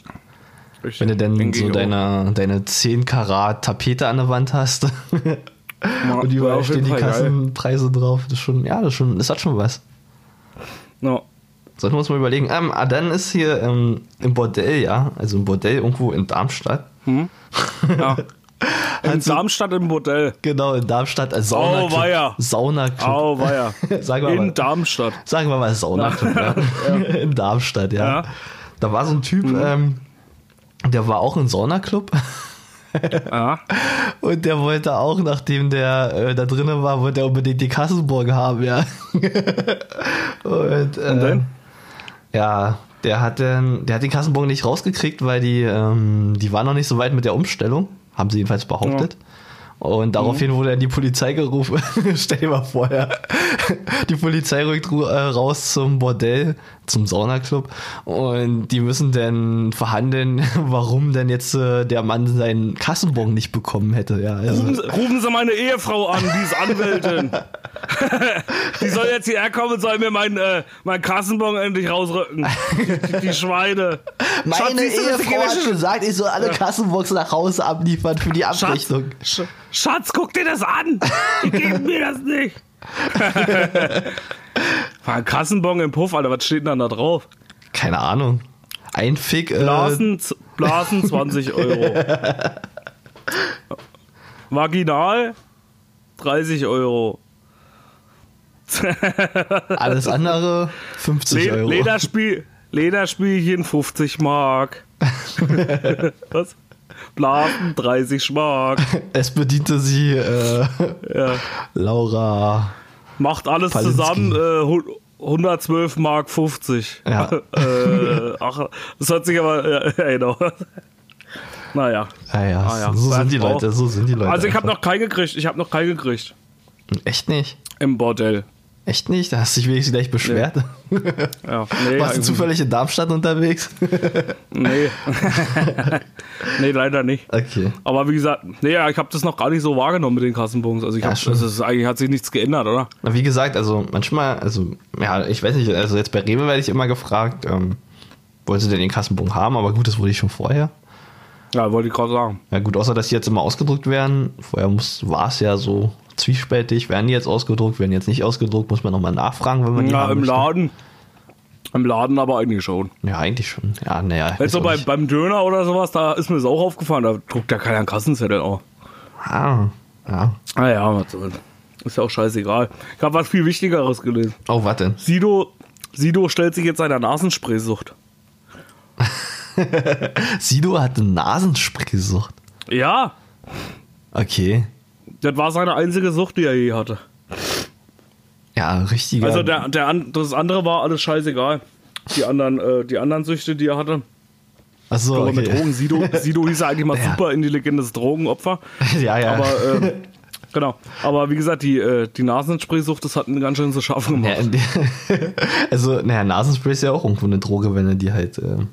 Ich
Wenn du dann
denke
so
ich auch.
deine, deine 10 Karat Tapete an der Wand hast
Ja,
und
wär
überall
auf jeden
stehen die
Fall geil.
Kassenpreise drauf, das ist schon, ja, das ist schon, das hat schon was.
Ja.
Sollten wir uns mal überlegen. Ähm, ah, dann ist hier ähm, im Bordell, ja, also im Bordell irgendwo in Darmstadt.
ja. In
Hat so-
Darmstadt im Bordell.
Genau, in Darmstadt, als Sauna.
Auweia.
Sauna
Au, weia.
Sagen wir mal.
In Darmstadt.
Sagen wir mal Saunaclub, ja. In Darmstadt, ja.
Ja. Mhm.
Da war so ein Typ, ähm, der war auch im Saunaclub.
Ja.
Und der wollte auch, nachdem der äh, da drinnen war, wollte er unbedingt die Kassenburg haben, ja. Und, äh,
Und dann?
Ja, der hat, dann, der hat die Kassenburg nicht rausgekriegt, weil die, ähm, die waren noch nicht so weit mit der Umstellung, haben sie jedenfalls behauptet. Und daraufhin wurde dann die Polizei gerufen. Stell dir mal vor, ja. Die Polizei rückt ru- äh, raus zum Bordell, zum Saunaclub. Und die müssen dann verhandeln, warum denn jetzt äh, der Mann seinen Kassenbon nicht bekommen hätte. Ja, also,
Rufen, Sie- rufen Sie meine Ehefrau an, die ist Anwältin. die soll jetzt hierher kommen und soll mir meinen äh, mein Kassenbon endlich rausrücken. Die, die Schweine. Schatz,
meine
siehst du, dass ich
Ehefrau hat
gelöscht-
gesagt, ich soll alle Kassenbons nach Hause abliefern für die
Schatz,
Abrechnung.
Sch Schatz, guck dir das an. Die geben mir das nicht. War ein Kassenbon im Puff, Alter, was steht denn da drauf?
Äh. Keine Ahnung. Ein Fick. Äh,
Blasen, z- Blasen 20 Euro. Vaginal 30 Euro.
Alles andere 50
Le
Euro.
Lederspiel, Lederspielchen 50 Mark. Was? Blasen 30 Mark.
Es bediente sie äh,
Ja.
Laura.
Macht alles
Palinski.
zusammen äh, hu- 112 Mark 50.
Ja.
äh, ach, das hat sich aber. Ja, genau. Naja.
Ah ja,
Ah ja,
so sind die
Brauch-
Leute, so sind die Leute.
Also ich habe
einfach.
noch keinen gekriegt. Ich habe noch keinen gekriegt.
Echt nicht?
Im Bordell.
Echt nicht? Da hast du dich wenigstens gleich beschwert.
Ja. Nee,
Warst du
eigentlich-
zufällig in Darmstadt unterwegs?
Nee. nee, leider nicht.
Okay.
Aber wie gesagt, nee, ja, ich habe das noch gar nicht so wahrgenommen mit den Kassenbons. Also ich
Ja,
hab,
stimmt.
das ist, eigentlich hat sich nichts geändert, oder?
Na, wie gesagt, also manchmal, also, ja, ich weiß nicht, also jetzt bei Rewe werde ich immer gefragt, ähm, wollen sie denn den Kassenbon haben? Aber gut, das wurde ich schon vorher.
Ja, wollte ich gerade sagen.
Ja gut, außer dass die jetzt immer ausgedruckt werden. Vorher muss- war es ja so zwiespältig. Werden die jetzt ausgedruckt, werden jetzt nicht ausgedruckt, muss man nochmal nachfragen, wenn man die
Ja,
haben
im
möchte.
Laden. Im Laden aber eigentlich schon.
Ja, eigentlich schon. Ja, naja.
Also bei, beim Döner oder sowas, da ist mir das auch aufgefallen, da druckt ja keiner einen Kassenzettel auf.
ah, ja.
Ah ja, was soll's. Ist ja auch scheißegal. Ich habe was viel Wichtigeres gelesen.
Oh, warte.
Sido, Sido stellt sich jetzt einer Nasenspraysucht.
Sido hatte Nasenspray-Sucht.
Ja,
Okay.
das war seine einzige Sucht, die er je hatte.
Ja, richtiger.
Also der, der, an- das andere war alles scheißegal. Die anderen, äh, die anderen Süchte, die er hatte.
Ach so,
Aber mit
okay.
Drogen. Sido, Sido hieß ja eigentlich mal
Ja.
super intelligentes Drogenopfer.
ja, ja.
Aber ähm, genau. Aber wie gesagt, die, äh, die Nasenspraysucht, das hat ihn ganz schön zu schaffen
Ja,
gemacht.
in der- also, naja, Nasenspray ist ja auch irgendwo eine Droge, wenn du die halt ähm,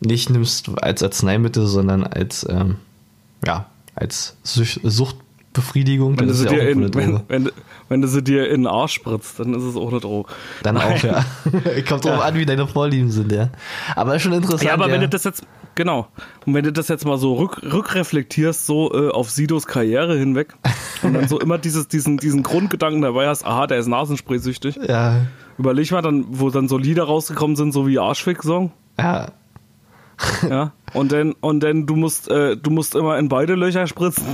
nicht nimmst als Arzneimittel, sondern als, ähm, ja, als Such Suchtbefriedigung,
Wenn
dann
du,
ist
sie
ja auch
dir
irgendwo eine
in,
Droge.
wenn, wenn, du- wenn du sie dir in den Arsch spritzt, dann ist es auch eine Droge.
Dann auch, ja. Kommt drauf an, wie deine Vorlieben sind, ja. Aber ist schon interessant.
Ja, aber wenn du das jetzt, genau, und wenn du das jetzt mal so rück, rückreflektierst, so äh, auf Sidos Karriere hinweg und dann so immer dieses, diesen, diesen Grundgedanken dabei hast, aha, der ist Nasenspraysüchtig,
Ja,
überleg mal dann, wo dann so Lieder rausgekommen sind, so wie Arschfick-Song,
ja.
ja, und dann, und dann du musst, äh, du musst immer in beide Löcher spritzen.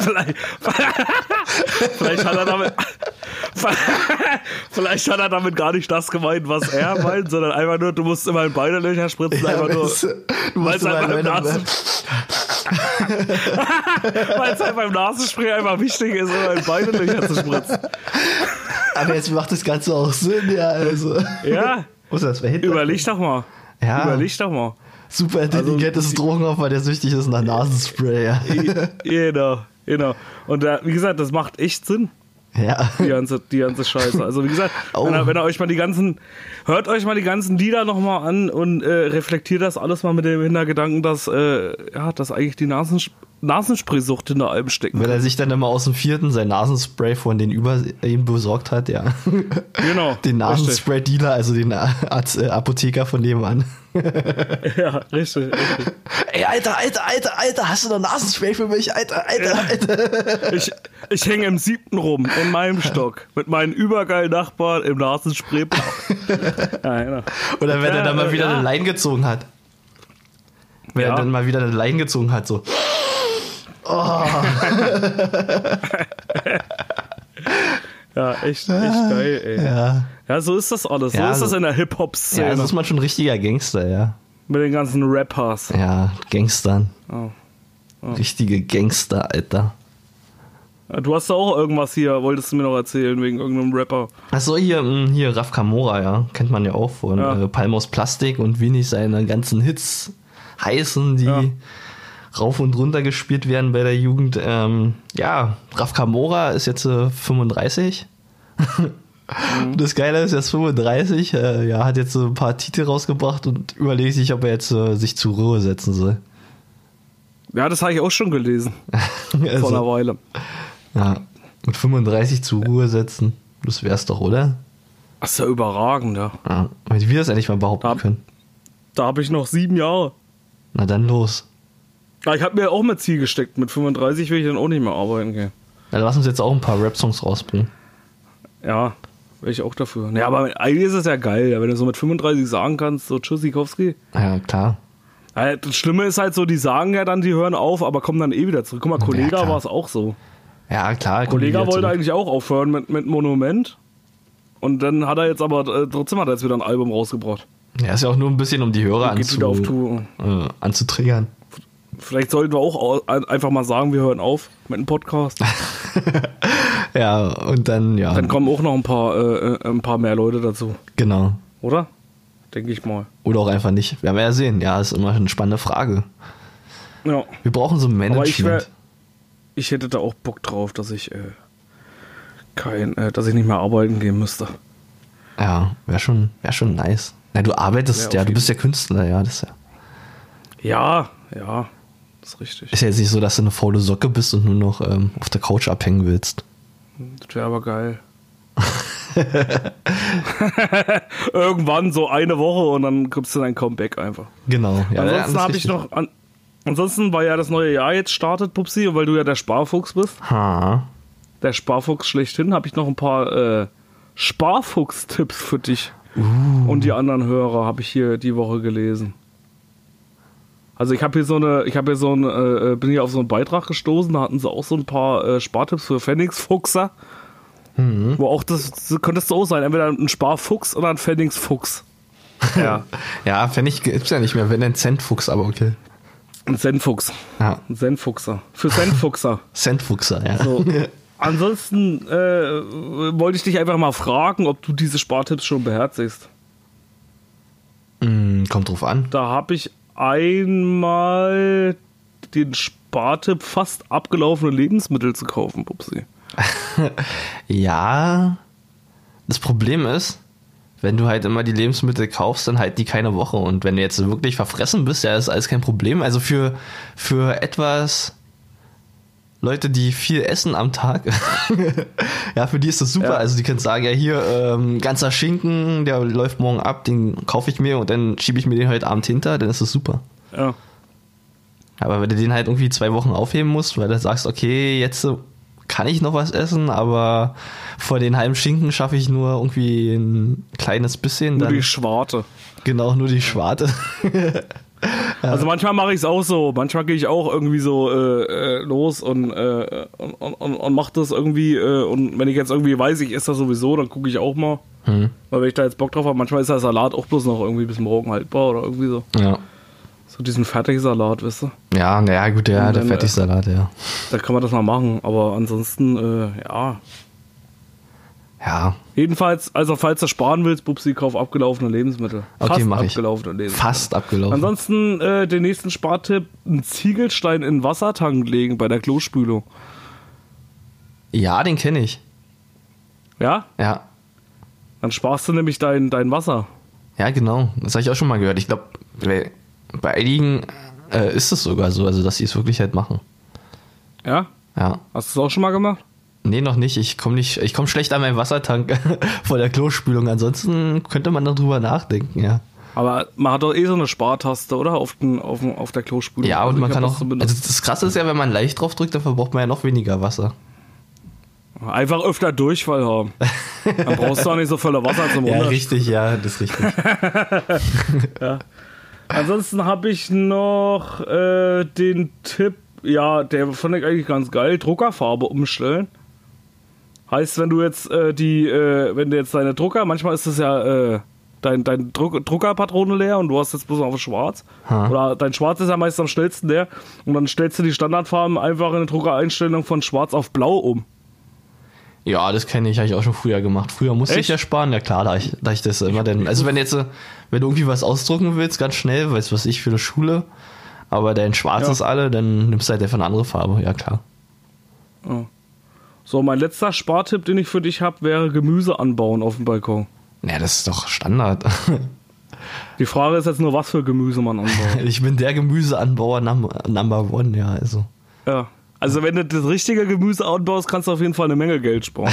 vielleicht, vielleicht hat er damit... Vielleicht hat er damit gar nicht das gemeint, was er meint, sondern einfach nur, du musst immer in beide Löcher spritzen, einfach nur,
du
Weil's
musst immer
einfach im
deine-
Nasen-
ne?
weil es halt beim Nasenspray einfach wichtig ist, immer in beide Löcher zu spritzen.
Aber jetzt macht das Ganze auch Sinn, ja, also.
Ja,
Muss das verhindern?
überleg doch mal.
Ja.
Überleg doch mal.
Super intelligentes Drogenopfer, der süchtig ist nach Nasenspray, ja.
Genau, genau. Und da, wie gesagt, das macht echt Sinn.
ja.
die ganze, die ganze Scheiße. Also wie gesagt,
Oh.
wenn, ihr, wenn ihr euch mal die ganzen, hört euch mal die ganzen Lieder nochmal an und äh, reflektiert das alles mal mit dem Hintergedanken, dass, äh, ja, dass eigentlich die Nasensp Nasenspraysucht hinter allem stecken.
Wenn er sich dann immer aus dem vierten sein Nasenspray von den über ihm besorgt hat, ja.
Genau.
Den Nasenspray-Dealer, also den Arzt, äh, Apotheker von nebenan.
Richtig. Ja, richtig. richtig.
Ey, Alter, Alter, Alter, Alter, hast du noch Nasenspray für mich? Alter, Alter, Alter.
Ich, ich hänge im siebten rum, in meinem Stock, mit meinen übergeilen Nachbarn im Nasenspray. Ja, genau.
Oder wenn
Ja,
er dann
äh,
mal wieder
ja.
eine Leine gezogen hat. Wenn
Ja.
er dann mal wieder eine Leine gezogen hat, so.
ja echt, echt geil, ey. Ja.
Ah. Ja.
so ist das alles. So
Ja,
ist das
so-
in der
Ja, genau.
Hip-Hop-Szene.
das ist man schon ein richtiger Gangster, ja.
mit den ganzen Rappers.
Ja, Gangstern.
Oh.
Richtige Gangster, Alter.
Du hast da auch irgendwas hier, wolltest du mir noch erzählen, wegen irgendeinem Rapper.
Achso, hier, mh, hier Raf Kamora, ja. Kennt man ja auch von
Ja.
Äh, Palm aus Plastik und wie nicht seine ganzen Hits heißen, die
Ja.
rauf und runter gespielt werden bei der Jugend. Ähm, ja, Raf Kamora ist jetzt äh, 35.
Mhm.
Das Geile ist, er ist 35, äh, ja, hat jetzt so ein paar Titel rausgebracht und überlegt sich, ob er jetzt äh, sich zur Ruhe setzen soll.
Ja, das habe ich auch schon gelesen, vor einer
also,
Weile.
ja, mit 35 zur Ruhe setzen, das wär's doch, oder?
Das ist ja überragend, ja.
Ja, damit wir das endlich mal behaupten
Ja.
können.
Da habe ich noch sieben Jahre.
Na dann los.
Ja, ich habe mir auch mal Ziel gesteckt. Mit 35 will ich dann auch nicht mehr arbeiten gehen.
Dann lass uns jetzt auch ein paar Rap-Songs rausbringen.
Ja, wäre ich auch dafür. Ja, aber eigentlich ist es ja geil, ja, wenn du so mit 35 sagen kannst, so Tschüssikowski.
Ja, klar.
Ja, das Schlimme ist halt so, die sagen ja dann, die hören auf, aber kommen dann eh wieder zurück. Guck mal, Kollega
klar.
war es auch so.
Ja, klar. kommen
Kollege
wir
wollte
zurück.
eigentlich auch aufhören mit, mit Monument. Und dann hat er jetzt aber, äh, trotzdem hat er jetzt wieder ein Album rausgebracht.
Ja, ist ja auch nur ein bisschen, um die Hörer
Geht
anzu
wieder auf Tour.
äh, anzutriggern.
Vielleicht sollten wir auch au- ein- einfach mal sagen, wir hören auf mit einem Podcast.
Ja, und dann, ja,
Dann kommen auch noch ein paar, äh, äh, ein paar mehr Leute dazu,
genau.
oder? Denke ich mal.
Oder auch einfach nicht. Werden wir ja sehen. Ja, ist immer eine spannende Frage.
Ja,
Wir brauchen so ein
aber ich wär,
Management.
ich hätte da auch Bock drauf, dass ich äh, kein, äh, dass ich nicht mehr arbeiten gehen müsste.
ja, wäre schon, wär schon nice. Na, du
Wär
arbeitest
auf
ja, du
jeden
bist ja Künstler, ja. Das ist ja,
Ja, ja, das ist richtig.
ist ja jetzt nicht so, dass du eine faule Socke bist und nur noch ähm, auf der Couch abhängen willst.
Das wäre aber geil. Irgendwann so eine Woche und dann kriegst du dein Comeback einfach.
Genau. Ja,
ansonsten
das
habe
ist
ich noch. An, ansonsten, weil ja das neue Jahr jetzt startet, Pupsi, und weil du ja der Sparfuchs bist,
richtig. Ha.
der Sparfuchs schlechthin, habe ich noch ein paar äh, Sparfuchs-Tipps für dich. Und die anderen Hörer habe ich hier die Woche gelesen. Also ich habe hier so eine, ich habe hier so ein, äh, bin hier auf so einen Beitrag gestoßen, da hatten sie auch so ein paar äh, Spartipps für Pfennigsfuchser. Wo auch das, das könntest du auch sein, entweder ein Sparfuchs oder ein Pfennigsfuchs. Ja,
Ja, Pfennig gibt's ja nicht mehr, wenn ein Centfuchs, aber okay.
ein Senfuchs.
Ja,
Ein Senfuchser. Für Senfuchser.
Centfuchser, ja.
So. Ansonsten äh, wollte ich dich einfach mal fragen, ob du diese Spartipps schon beherzigst.
Hm, kommt drauf an.
Da habe ich einmal den Spartipp, fast abgelaufene Lebensmittel zu kaufen, Pupsi.
Ja. Das Problem ist, wenn du halt immer die Lebensmittel kaufst, dann halten die keine Woche. Und wenn du jetzt wirklich verfressen bist, ja, ist alles kein Problem. Also für, für etwas Leute, die viel essen am Tag, ja, für die ist das super.
Ja.
Also die können sagen, ja, hier, ähm, ganzer Schinken, der läuft morgen ab, den kaufe ich mir und dann schiebe ich mir den heute Abend hinter, dann ist das super.
Ja.
Aber wenn du den halt irgendwie zwei Wochen aufheben musst, weil du sagst, okay, jetzt äh, kann ich noch was essen, aber vor den halben Schinken schaffe ich nur irgendwie ein kleines bisschen,
Nur
dann
die Schwarte.
genau nur die Schwarte.
Also manchmal mache ich es auch so. Manchmal gehe ich auch irgendwie so äh, äh, los und, äh, und, und, und, und mache das irgendwie. Äh, und wenn ich jetzt irgendwie weiß, ich esse das sowieso, dann gucke ich auch mal.
Hm.
Weil wenn ich da jetzt Bock drauf habe, manchmal ist der Salat auch bloß noch irgendwie bis morgen haltbar oder irgendwie so.
Ja.
So diesen Fertigsalat, weißt du?
Ja, naja, gut,
Und
ja, der
dann, äh,
Fertigsalat, ja.
Da kann man das mal machen. Aber ansonsten, äh, ja.
Ja,
Jedenfalls, also falls du sparen willst, Bubsi, kauf abgelaufene Lebensmittel.
Okay, mach ich.
abgelaufene Lebensmittel.
fast abgelaufen.
Ansonsten äh, den nächsten Spartipp, einen Ziegelstein in den Wassertank legen bei der Klospülung.
ja, den kenne ich.
Ja?
Ja.
Dann sparst du nämlich dein, dein Wasser.
Ja, genau. Das habe ich auch schon mal gehört. Ich glaube, bei bei einigen äh, ist es sogar so, also dass sie es wirklich halt machen.
Ja?
Ja.
Hast du es auch schon mal gemacht?
Nee, noch nicht. Ich komme nicht, ich komme schlecht an meinen Wassertank vor der Klospülung. Ansonsten könnte man darüber nachdenken, ja.
Aber man hat doch eh so eine Spartaste, oder? Auf, den, auf, dem, auf der Klospülung.
Ja, und
Also
man
ich
kann
hab das
auch. Also
zumindest-
das krasse ist ja, wenn man leicht drauf drückt, dann verbraucht man ja noch weniger Wasser. also
Einfach öfter Durchfall haben. Dann brauchst du auch nicht so voller Wasser zum Runterspülen.
richtig, ja, das ist richtig.
Ansonsten habe ich noch äh, den Tipp, ja, der fand ich eigentlich ganz geil, Druckerfarbe umstellen. Heißt, wenn du jetzt äh, die, äh, wenn du jetzt deine Drucker, manchmal ist es ja äh, dein, dein Druck, Druckerpatrone leer und du hast jetzt bloß noch auf schwarz. Oder dein Schwarz ist ja meist am schnellsten leer und dann stellst du die Standardfarben einfach in eine Druckereinstellung von schwarz auf blau um.
ja, das kenne ich, habe ich auch schon früher gemacht. Früher musste ich
Echt?
ja sparen, ja klar, da ich, da ich das immer denn. Also wenn jetzt, äh, wenn du irgendwie was ausdrucken willst, ganz schnell, weißt du was ich für die Schule, aber dein Schwarz
Ja.
ist alle, dann nimmst du halt einfach eine andere Farbe, ja klar.
So, mein letzter Spartipp, den ich für dich habe, wäre Gemüse anbauen auf dem Balkon.
Naja, das ist doch Standard.
Die Frage ist jetzt nur, was für Gemüse man anbaut.
Ich bin der Gemüseanbauer num Number One, ja, also.
Ja. Also wenn du das richtige Gemüse anbaust, kannst du auf jeden Fall eine Menge Geld sparen.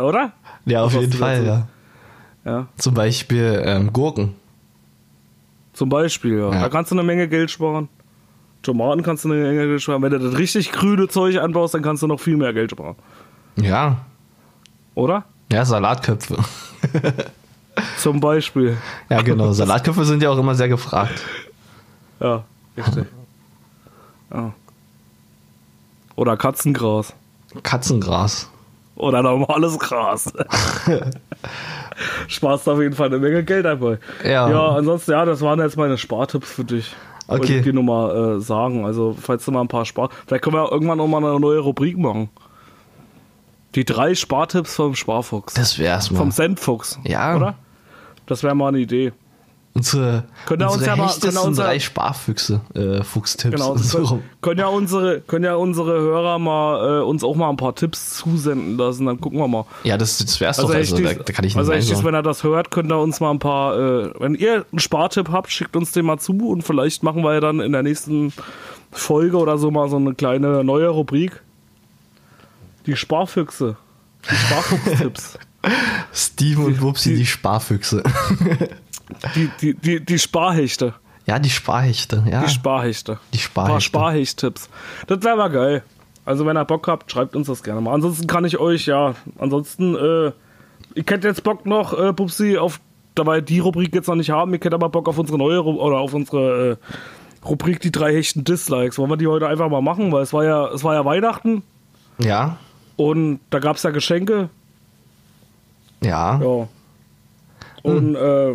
Oder?
Ja, auf
Was
jeden
hast du
Fall,
dazu?
ja.
Ja.
Zum Beispiel ähm, Gurken.
Zum Beispiel, ja.
Ja.
Da kannst du eine Menge Geld sparen. Tomaten kannst du eine Menge Geld sparen. Wenn du das richtig grüne Zeug anbaust, dann kannst du noch viel mehr Geld sparen.
Ja.
Oder?
Ja, Salatköpfe.
Zum Beispiel.
Ja, genau. Salatköpfe sind ja auch immer sehr gefragt.
Ja, richtig. Ja. Oder Katzengras.
Katzengras.
Oder normales Gras. Sparst auf jeden Fall eine Menge Geld dabei.
Ja.
ja, ansonsten, ja, das waren jetzt meine Spartipps für dich.
Okay.
Wollte ich dir nur mal äh, sagen. Also, falls du mal ein paar Spar... Vielleicht können wir ja irgendwann auch mal eine neue Rubrik machen. Die drei Spartipps vom Sparfuchs.
Das wär's mal.
vom Sendfuchs.
Ja.
Oder? Das wäre mal eine Idee.
Unsere,
Könnt ihr uns
unsere
ja mal-
hechtesten
könnt ihr uns ja-
drei Sparfüchse, äh, Fuchstipps.
Genau.
und so rum.
Können, können, ja unsere, können ja unsere Hörer mal äh, uns auch mal ein paar Tipps zusenden lassen. Dann gucken wir mal.
Ja, das, das wär's
Also,
doch.
echt,
Also, da,
dies-
da kann ich nicht
also echt,
also
dies, wenn er das hört, könnt ihr uns mal ein paar, äh, wenn ihr einen Spartipp habt, schickt uns den mal zu und vielleicht machen wir ja dann in der nächsten Folge oder so mal so eine kleine neue Rubrik. Die Sparfüchse. Die Sparfuchstipps.
Steven und Wupsi, die Sparfüchse.
Die, die, die, die Sparhechte.
Ja, die Sparhechte. Ja.
Die Sparhechte.
Ah. Die Sparhechte.
Ein paar Sparhecht-Tipps. Das wäre mal geil. Also wenn ihr Bock habt, schreibt uns das gerne mal. Ansonsten kann ich euch, ja, ansonsten, äh, ihr könnt jetzt Bock noch, äh, Pupsi, auf, dabei die Rubrik jetzt noch nicht haben, ihr könnt aber Bock auf unsere neue, Ru- oder auf unsere, äh, Rubrik die drei hechten Dislikes. Wollen wir die heute einfach mal machen, weil es war ja, es war ja Weihnachten
ja.
und da gab es ja Geschenke.
Ja.
Ja.
Hm.
Und äh,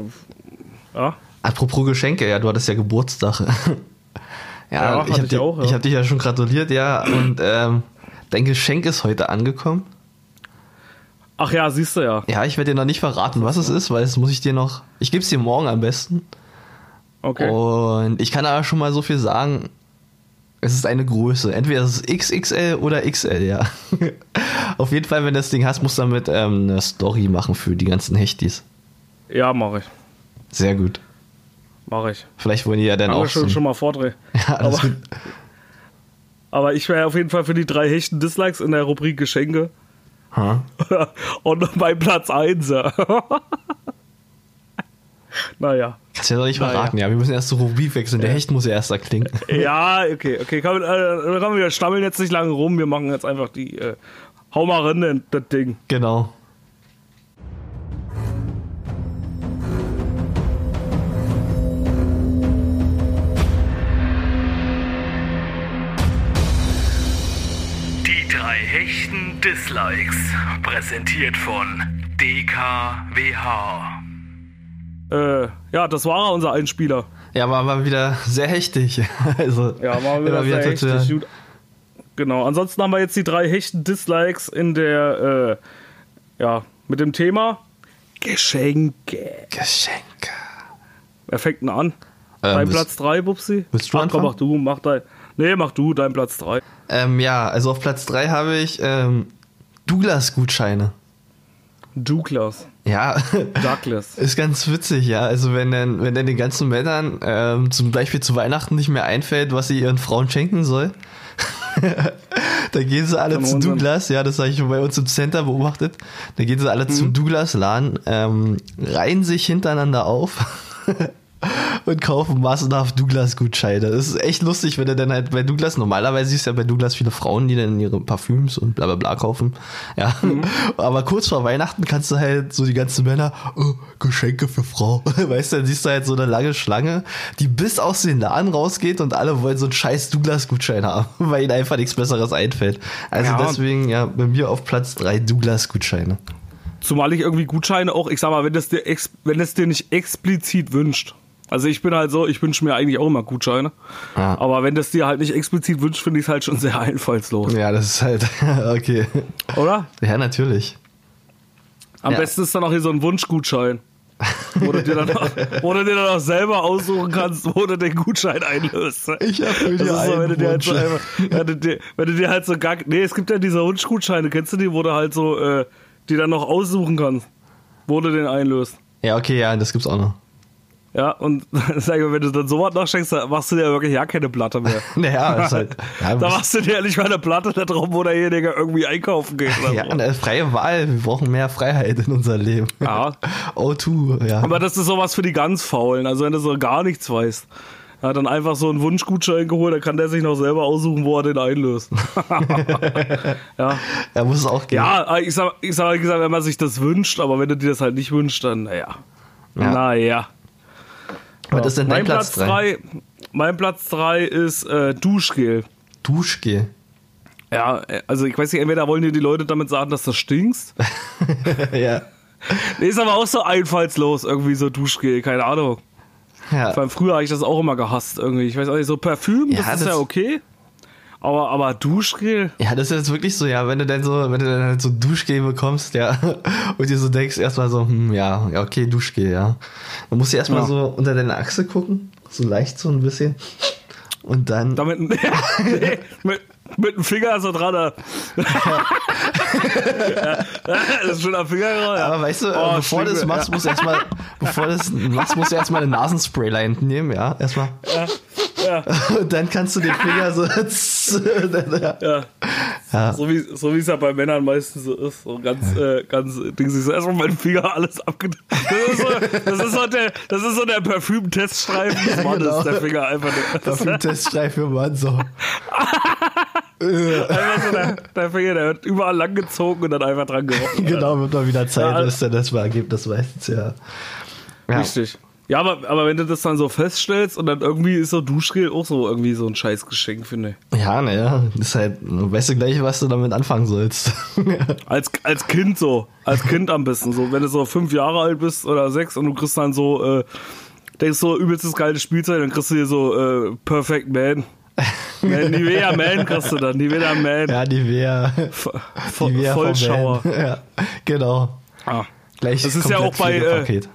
ja,
Apropos Geschenke, ja, du hattest ja Geburtstag.
Ja,
ja,
hatte
ich habe
ich
dir,
auch, ja.
ich hab dich ja schon gratuliert, ja. Und ähm, dein Geschenk ist heute angekommen.
ach ja, siehst du ja.
Ja, ich werde dir noch nicht verraten, was es ist, weil es muss ich dir noch. Ich gebe es dir morgen am besten.
Okay.
Oh. Und ich kann aber schon mal so viel sagen. Es ist eine Größe. Entweder es ist XXL oder XL, ja. Auf jeden Fall, wenn du das Ding hast, musst du damit ähm, eine Story machen für die ganzen Hechtis.
Ja, mache ich.
Sehr gut.
Mache ich.
Vielleicht wollen die ja dann
Haben
auch.
wir schon,
so-
schon mal vordrehen.
ja, alles
aber-
gut.
Aber ich wäre auf jeden Fall für die drei hechten Dislikes in der Rubrik Geschenke.
Ha?
Und bei Platz 1. Ja. naja.
Kannst ja noch nicht
Naja.
verraten, ja. Wir müssen erst zu Rubik wechseln. Der Hecht muss ja erst erklingen.
Ja, okay, okay. Komm, äh, komm, wir stammeln jetzt nicht lange rum. Wir machen jetzt einfach die. Äh, hau mal rein, in das Ding.
genau.
Die drei Hechten Dislikes, präsentiert von DKWH.
Äh, ja, das war er, unser Einspieler.
Ja, war mal wieder sehr hechtig. also,
Ja, machen wir
immer
das ja echt
total-
nicht gut. Genau, ansonsten haben wir jetzt die drei hechten Dislikes in der. Äh, ja, mit dem Thema Geschenke.
Geschenke.
Wer fängt denn an?
Ähm,
dein
das-
Platz 3, Bubsi?
Willst du
Ach, komm,
anfangen?
mach du, mach dein. Nee, mach du, dein Platz 3.
Ähm, ja, also auf Platz 3 habe ich ähm, Douglas-Gutscheine.
Douglas.
Ja,
Douglas.
ist ganz witzig, ja. Also wenn dann, wenn dann den ganzen Männern ähm, zum Beispiel zu Weihnachten nicht mehr einfällt, was sie ihren Frauen schenken soll, dann gehen sie alle
Kann
zu
man unseren-
Douglas, ja, das habe ich schon bei uns im Center beobachtet. Dann gehen sie alle zum Douglas-Laden, ähm, reihen sich hintereinander auf und kaufen massenhaft Douglas-Gutscheine. Das ist echt lustig, wenn du dann halt bei Douglas, normalerweise siehst du ja bei Douglas viele Frauen, die dann ihre Parfüms und bla bla bla kaufen. Ja. Aber kurz vor Weihnachten kannst du halt so die ganzen Männer, oh, Geschenke für Frau. Weißt du, dann siehst du halt so eine lange Schlange, die bis aus den Laden rausgeht und alle wollen so einen scheiß Douglas-Gutschein haben, weil ihnen einfach nichts Besseres einfällt. Also
Ja.
deswegen, ja, bei mir auf Platz drei Douglas-Gutscheine.
Zumal ich irgendwie Gutscheine auch, ich sag mal, wenn das dir, ex, wenn das dir nicht explizit wünscht. Also ich bin halt so, ich wünsche mir eigentlich auch immer Gutscheine.
Ja.
Aber wenn das dir halt nicht explizit wünscht, finde ich es halt schon sehr einfallslos.
Ja, das ist halt, okay.
Oder?
Ja, natürlich.
Am
Ja.
besten ist dann auch hier so ein Wunschgutschein. Wo du, dir dann auch, wo du dir dann auch selber aussuchen kannst, wo du den Gutschein einlöst.
Ich erfülle
Das
dir
ist so, wenn
einen
du dir halt so
Wunsch.
einfach, wenn du dir, wenn du dir halt so gar, nee, es gibt ja diese Wunschgutscheine, kennst du die, wo du halt so, äh, die dann noch aussuchen kannst, wo du den einlöst.
Ja, okay, ja, das gibt's auch noch.
Ja, und sag ich mal, wenn du dann sowas nachschenkst, dann machst du dir wirklich ja keine Platte mehr.
Naja, das ist halt. Ja,
da
das,
machst du dir ja nicht mal eine Platte da drauf, wo derjenige irgendwie einkaufen geht. Oder
ja ne.
so.
eine freie Wahl. Wir brauchen mehr Freiheit in unser Leben.
Ja.
O2, ja.
Aber das ist sowas für die ganz Faulen, also wenn du so gar nichts weißt. Ja, dann einfach so einen Wunschgutschein geholt, dann kann der sich noch selber aussuchen, wo er den einlöst. ja.
er muss es auch gehen.
ja, aber ich sag, ich sag, ich sag, wenn man sich das wünscht, aber wenn du dir das halt nicht wünschst, dann naja.
Ja.
Naja.
Aber das ist dann dein
mein
Platz 3.
drei- Mein Platz 3 ist äh, Duschgel.
Duschgel.
Ja, äh, also ich weiß nicht, entweder wollen dir die Leute damit sagen, dass du stinkst.
ja.
Nee, ist aber auch so einfallslos, irgendwie so Duschgel, keine Ahnung.
Ja.
Vor allem früher habe ich das auch immer gehasst irgendwie. Ich weiß auch nicht, so Parfüm,
Ja,
das ist
das-
ja okay. Aber, aber Duschgel,
ja, das ist jetzt wirklich so, ja, wenn du dann so, wenn du dann halt so Duschgel bekommst, ja, und dir so denkst, erstmal so, hm, ja, ja, okay, Duschgel, ja. Dann musst du erstmal
Ja.
so unter deine Achse gucken, so leicht so ein bisschen. Und dann.
damit nee, mit, mit dem Finger so dran. Da. das ist schon am Finger gerade. ja.
Aber weißt du, äh,
Oh,
bevor du das
schlimm,
machst, musst du erstmal, bevor du das machst, musst du erstmal eine Nasenspray-Line nehmen, ja, erstmal.
ja.
Und dann kannst du den Finger so,
Ja.
Ja.
So wie so wie es ja bei Männern meistens so ist. So ganz, äh, ganz Ding, sie so erstmal mit dem Finger alles abgedrückt. Das ist so, das ist so der, das ist so der Parfüm-Teststreifen des Mannes,
genau.
der Finger einfach. Der,
Parfüm-Teststreif für Mann, so.
einfach so der, der Finger, der wird überall lang gezogen und dann einfach dran gerochen.
genau, wird mal wieder Zeit,
Ja,
dass dann das mal Ergebnis meistens, ja. ja.
Richtig. Ja, aber, aber wenn du das dann so feststellst und dann irgendwie ist so Duschgel auch so irgendwie so ein scheiß Geschenk, finde ich.
Ja, naja, ist halt, weißt du gleich, was du damit anfangen sollst.
Als, als Kind so. Als Kind am besten. So, wenn du so fünf Jahre alt bist oder sechs und du kriegst dann so, äh, denkst so, übelstes geiles Spielzeug, dann kriegst du hier so, äh, Perfect Man. man Nivea Man kriegst du dann. Nivea Man.
ja, die Wehr.
Vo- vo-
Die Wehr vom
Vollschauer.
Van. Ja, genau.
Ah.
Gleich
Das ist ja
komplett
auch bei, äh,
Pflegepaket.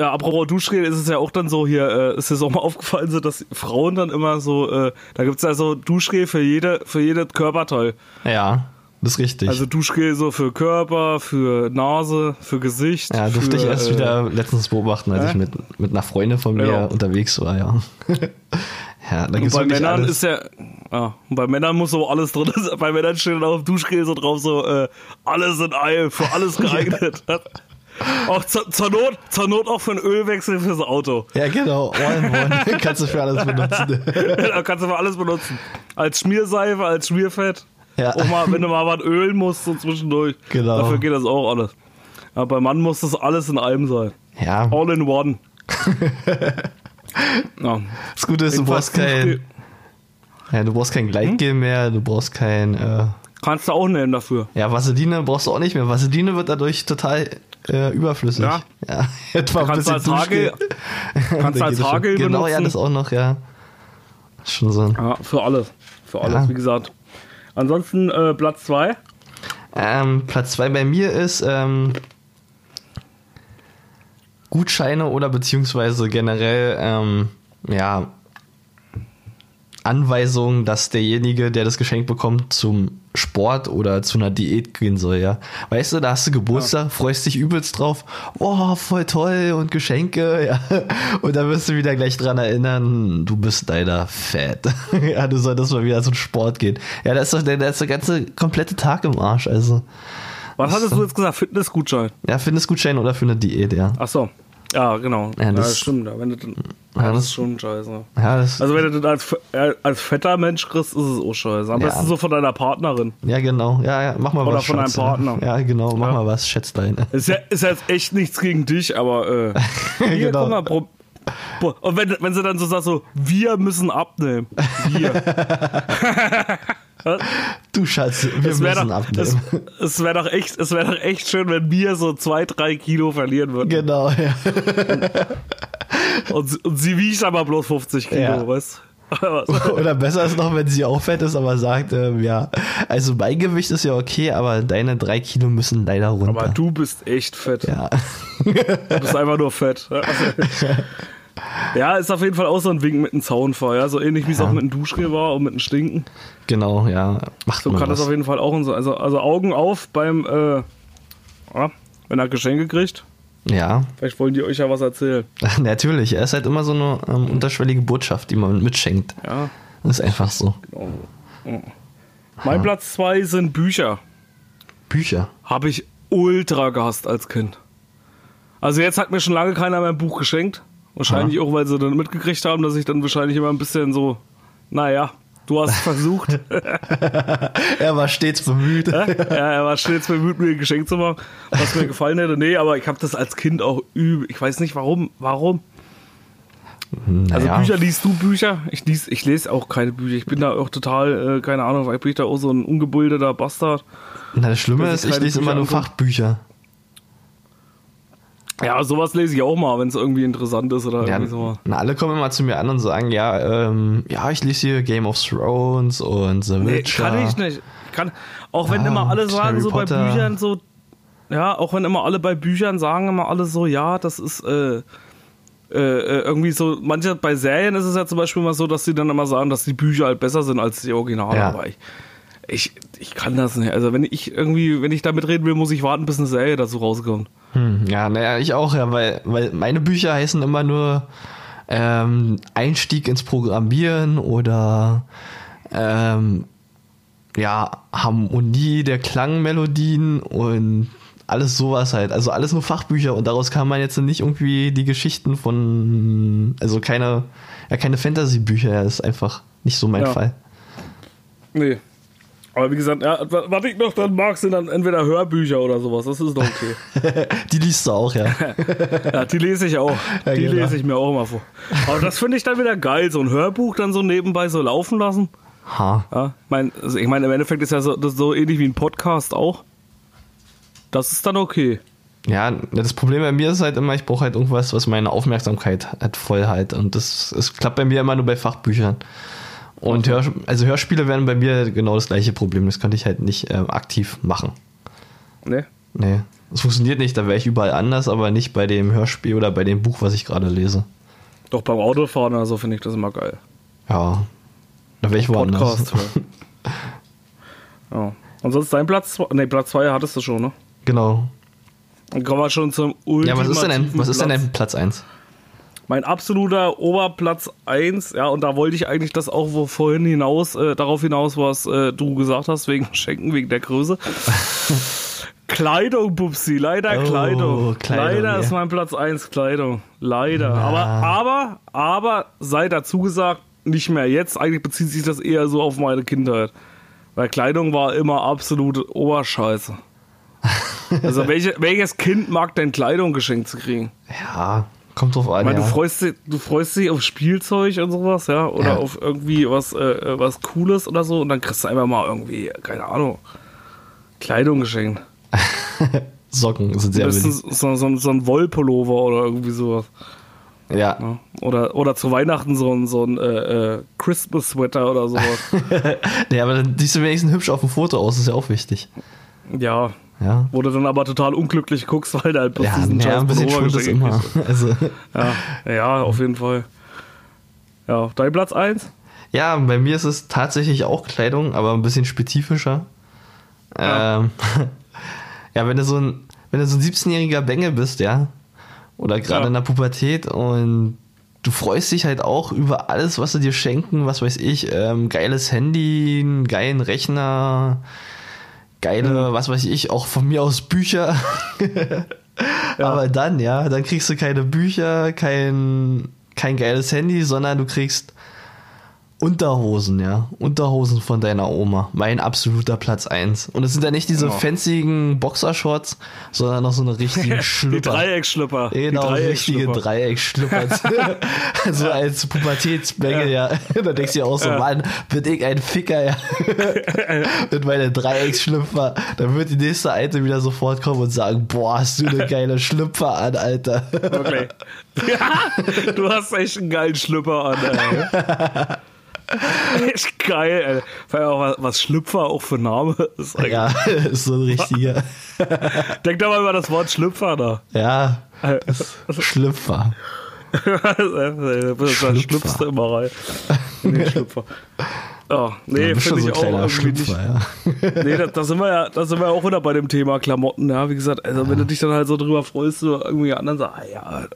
Ja, apropos Duschgel ist es ja auch dann so hier, äh, ist es auch mal aufgefallen, so dass Frauen dann immer so, äh, da gibt's ja so Duschgel für jede, für jedes Körperteil.
Ja, das ist richtig.
Also Duschgel so für Körper, für Nase, für Gesicht.
ja, durfte
für,
ich erst
äh,
wieder letztens beobachten, als
Hä?
ich mit, mit einer Freundin von mir
Ja.
unterwegs war, ja. ja, da
Und
gibt's
bei
wirklich
Männern
alles.
ist ja, ah, und bei Männern muss so alles drin sein. Bei Männern steht dann auf dem Duschgel so drauf, so äh, alles in Eil, für alles geeignet. auch zur, zur Not, zur Not auch für einen Ölwechsel fürs Auto.
ja, genau, all in one. Kannst du für alles benutzen.
da kannst du für alles benutzen. Als Schmierseife, als Schmierfett.
Ja.
Auch mal, wenn du mal was ölen musst so zwischendurch.
Genau.
Dafür geht das auch alles. Aber beim Mann muss das alles in allem sein.
ja,
All in one. ja.
das Gute ist, du brauchst kein, ja, du brauchst
Hm?
kein Gleitgel mehr, du brauchst kein, äh,
Kannst du auch nehmen dafür.
ja, Vaseline brauchst du auch nicht mehr. Vaseline wird dadurch total äh, überflüssig.
Ja.
ja etwa ein
Kannst du
bisschen
als Hagel-
Duschgel.
kannst du
Da
als
geht es schon.
Hagel
Genau, ja,
benutzen.
das auch noch, ja. Schon so ein
Ja, für alles. Für alles,
Ja.
wie gesagt. Ansonsten äh, Platz 2.
Ähm, Platz 2 bei mir ist ähm, Gutscheine oder beziehungsweise generell ähm, ja, Anweisungen, dass derjenige, der das Geschenk bekommt, zum Sport oder zu einer Diät gehen soll, ja. Weißt du, da hast du Geburtstag, freust dich übelst drauf, oh, voll toll und Geschenke, ja. Und dann wirst du wieder gleich dran erinnern, du bist leider fett. ja, du solltest mal wieder zum Sport gehen. Ja, da ist doch der, da ist der ganze komplette Tag im Arsch, also.
Was hattest du jetzt gesagt? Fitnessgutschein.
Ja, für einen Gutschein oder für eine Diät, ja.
Ach so. Ja, genau.
Ja,
Ja,
das-
das, stimmt. Ja, Wenn du, dann-
Ja,
ja, das
das-
ist schon scheiße.
Ja, das,
Also wenn du das als, äh, als fetter Mensch kriegst, ist es auch scheiße. Am
Ja.
besten so von deiner Partnerin.
ja genau. Ja, ja, mach mal
Oder
was.
von einem
Schatz.
Partner.
Ja, genau, mach
Ja.
mal was, schätz deine.
Ist ja, ist ja jetzt echt nichts gegen dich, aber äh, hier,
Genau.
guck mal, prob- Boah, und wenn, wenn sie dann so sagt, so, wir müssen abnehmen. Wir.
Du Schatz, wir
Es wäre
müssen
doch, es,
abnehmen.
es wär doch, echt- es wär doch echt schön, wenn wir so zwei, drei Kilo verlieren würden.
Genau, ja.
Und, sie- und sie wiegt aber bloß 50 Kilo,
Ja.
weißt du?
Oder besser ist noch, wenn sie auch fett ist, aber sagt, ähm, ja, also mein Gewicht ist ja okay, aber deine drei Kilo müssen leider runter.
Aber du bist echt fett.
ja.
Du bist einfach nur fett. Ja, ist auf jeden Fall auch so ein Wink mit einem Zaunfall, ja. So ähnlich wie es auch mit einem Duschgel war und mit einem Stinken.
Genau, ja. Macht
So
mal
kann
was.
das auf jeden Fall auch so. Also, also Augen auf beim, äh, ja, wenn er Geschenke kriegt.
Ja,
Vielleicht wollen die euch ja was erzählen.
natürlich. Er ist halt immer so eine ähm, unterschwellige Botschaft, die man mitschenkt.
Ja,
Ist einfach so.
genau. Ja. Mein Platz zwei sind Bücher.
Bücher.
Habe ich ultra gehasst als Kind. Also jetzt hat mir schon lange keiner mehr ein Buch geschenkt. Wahrscheinlich auch, weil sie dann mitgekriegt haben, dass ich dann wahrscheinlich immer ein bisschen so, naja, du hast versucht.
Er war stets bemüht.
ja, er war stets bemüht, mir ein Geschenk zu machen, was mir gefallen hätte. Nee, aber ich habe das als Kind auch übel. Ich weiß nicht warum. Warum? Also
Naja.
Bücher liest du Bücher? Ich lies, ich lese auch keine Bücher. Ich bin da auch total, äh, keine Ahnung, vielleicht bin ich da auch so ein ungebildeter Bastard.
Na, das Schlimme
Dass
ist,
ich
ich
keine
lese immer
Bücher
nur
angucke.
Fachbücher.
Ja, sowas lese ich auch mal, wenn es irgendwie interessant ist oder
Ja,
irgendwie so.
na, alle kommen immer zu mir an und sagen, ja, ähm, ja, ich lese hier Game of Thrones und The
Nee,
Witcher.
kann ich nicht. Kann, auch wenn
Ja,
immer alle
und
sagen,
Harry
so
Potter.
bei Büchern so, ja, auch wenn immer alle bei Büchern sagen immer alle so, ja, das ist äh, äh, äh, irgendwie so, manche bei Serien ist es ja zum Beispiel mal so, dass sie dann immer sagen, dass die Bücher halt besser sind als die Originale,
Ja.
aber ich, ich, ich kann das nicht. Also wenn ich irgendwie, wenn ich damit reden will, muss ich warten, bis eine Serie dazu rauskommt.
Hm, ja, naja, ich auch, ja, weil, weil meine Bücher heißen immer nur ähm, Einstieg ins Programmieren oder ähm, ja, Harmonie der Klangmelodien und alles sowas halt. Also alles nur Fachbücher und daraus kann man jetzt nicht irgendwie die Geschichten von, also keine, ja, keine Fantasy-Bücher, das ist einfach nicht so mein
Ja.
Fall.
Nee. Aber wie gesagt, ja, wa- was ich noch dann mag, sind dann entweder Hörbücher oder sowas. Das ist doch okay.
Die liest du auch, ja.
Ja, die lese ich auch.
Ja,
die
genau.
lese ich mir auch immer vor. Aber das finde ich dann wieder geil, so ein Hörbuch dann so nebenbei so laufen lassen.
ha.
Ja, ich meine, also ich meine, im Endeffekt ist ja so, das ist so ähnlich wie ein Podcast auch. Das ist dann okay.
Ja, das Problem bei mir ist halt immer, ich brauche halt irgendwas, was meine Aufmerksamkeit halt voll halt. Und das, es klappt bei mir immer nur bei Fachbüchern. Und Hör, also Hörspiele wären bei mir genau das gleiche Problem. Das könnte ich halt nicht ähm, aktiv machen.
Ne?
Nee. Das funktioniert nicht, da wäre ich überall anders, aber nicht bei dem Hörspiel oder bei dem Buch, was ich gerade lese.
Doch beim Autofahren oder so finde ich das immer geil.
Ja. Da wäre ich woanders.
Podcast hören. Ja. Und sonst dein Platz 2. Ne, Platz 2 hattest du schon, ne?
genau.
Dann kommen wir schon zum
Ja, was ist denn ein,
ultimativen
was ist denn
Platz.
ein Platz 1?
Mein absoluter Oberplatz 1, ja, und da wollte ich eigentlich das auch wo vorhin hinaus, äh, darauf hinaus, was äh, du gesagt hast, wegen Schenken, wegen der Größe. Kleidung, Pupsi, leider
Oh,
Kleidung.
Kleidung,
Leider
ja.
ist mein Platz 1 Kleidung. Leider. Aber, aber, aber sei dazu gesagt, nicht mehr jetzt. Eigentlich bezieht sich das eher so auf meine Kindheit. Weil Kleidung war immer absolute Oberscheiße. Also welche, welches Kind mag denn Kleidung geschenkt zu kriegen?
Ja, kommt drauf an.
Ich meine,
ja.
du freust dich, du freust dich auf Spielzeug und sowas, ja, oder
Ja.
auf irgendwie was, äh, äh, was Cooles oder so, und dann kriegst du einfach mal irgendwie, keine Ahnung, Kleidung geschenkt.
Socken sind
Am
sehr
besten
beliebt.
so, so, so ein Wollpullover oder irgendwie sowas.
Ja.
Ja. Oder, oder zu Weihnachten so ein, so ein äh, äh, Christmas-Sweater oder sowas.
Nee, aber dann siehst du wenigstens hübsch auf dem Foto aus, ist ja auch wichtig.
ja.
Ja.
Wo du dann aber total unglücklich guckst, weil du halt bloß
Ja,
diesen
ja
scheiß
ein bisschen
Pullover
schuld ist
geschenkt
immer.
kriegst.
Also,
Ja. ja, auf jeden Fall. Ja, dein Platz 1?
ja, bei mir ist es tatsächlich auch Kleidung, aber ein bisschen spezifischer. Ja, ähm, ja wenn du so ein, wenn du so ein 17-jähriger Bengel bist, ja, oder gerade
Ja.
in der Pubertät und du freust dich halt auch über alles, was sie dir schenken, was weiß ich, ähm, geiles Handy, einen geilen Rechner,
Mhm.
geile, was weiß ich, auch von mir aus Bücher. Aber dann, ja, dann kriegst du keine Bücher, kein, kein geiles Handy, sondern du kriegst Unterhosen, ja. Unterhosen von deiner Oma. Mein absoluter Platz 1. Und es sind ja nicht diese
Ja.
fanzigen Boxershorts, sondern noch so eine richtige
Die
Schlüpper.
Dreieckschlüpper.
Genau,
die
richtige
Dreieckschlüpper.
Dreieckschlüpper. so Also als Pubertätsbengel, ja. Da denkst du dir auch so, Mann, bin ich ein Ficker, ja. Mit meinen Dreieckschlüpfer. Dann wird die nächste Alte wieder sofort kommen und sagen, boah, hast du eine geile Schlüpfer an, Alter.
Wirklich. Ja, du hast echt einen geilen Schlüpper an. Ey. Echt geil, ey. Vor allem auch was, was Schlüpfer auch für ein Name ist. Eigentlich.
Ja, ist so ein richtiger.
Denk doch mal über das Wort Schlüpfer da.
Ja,
Äh,
Schlüpfer.
da schlüpfst du immer rein. In den Schlüpfer. Ja, nee,
Du bist schon
finde
so
ich
ein
auch irgendwie
kleiner
nicht.
Schlüpfer, ja.
Nee, da, da sind wir ja, da sind wir ja auch wieder bei dem Thema Klamotten, ja. Wie gesagt, also wenn du dich dann halt so drüber freust oder irgendwie anderen sagst, ah ja,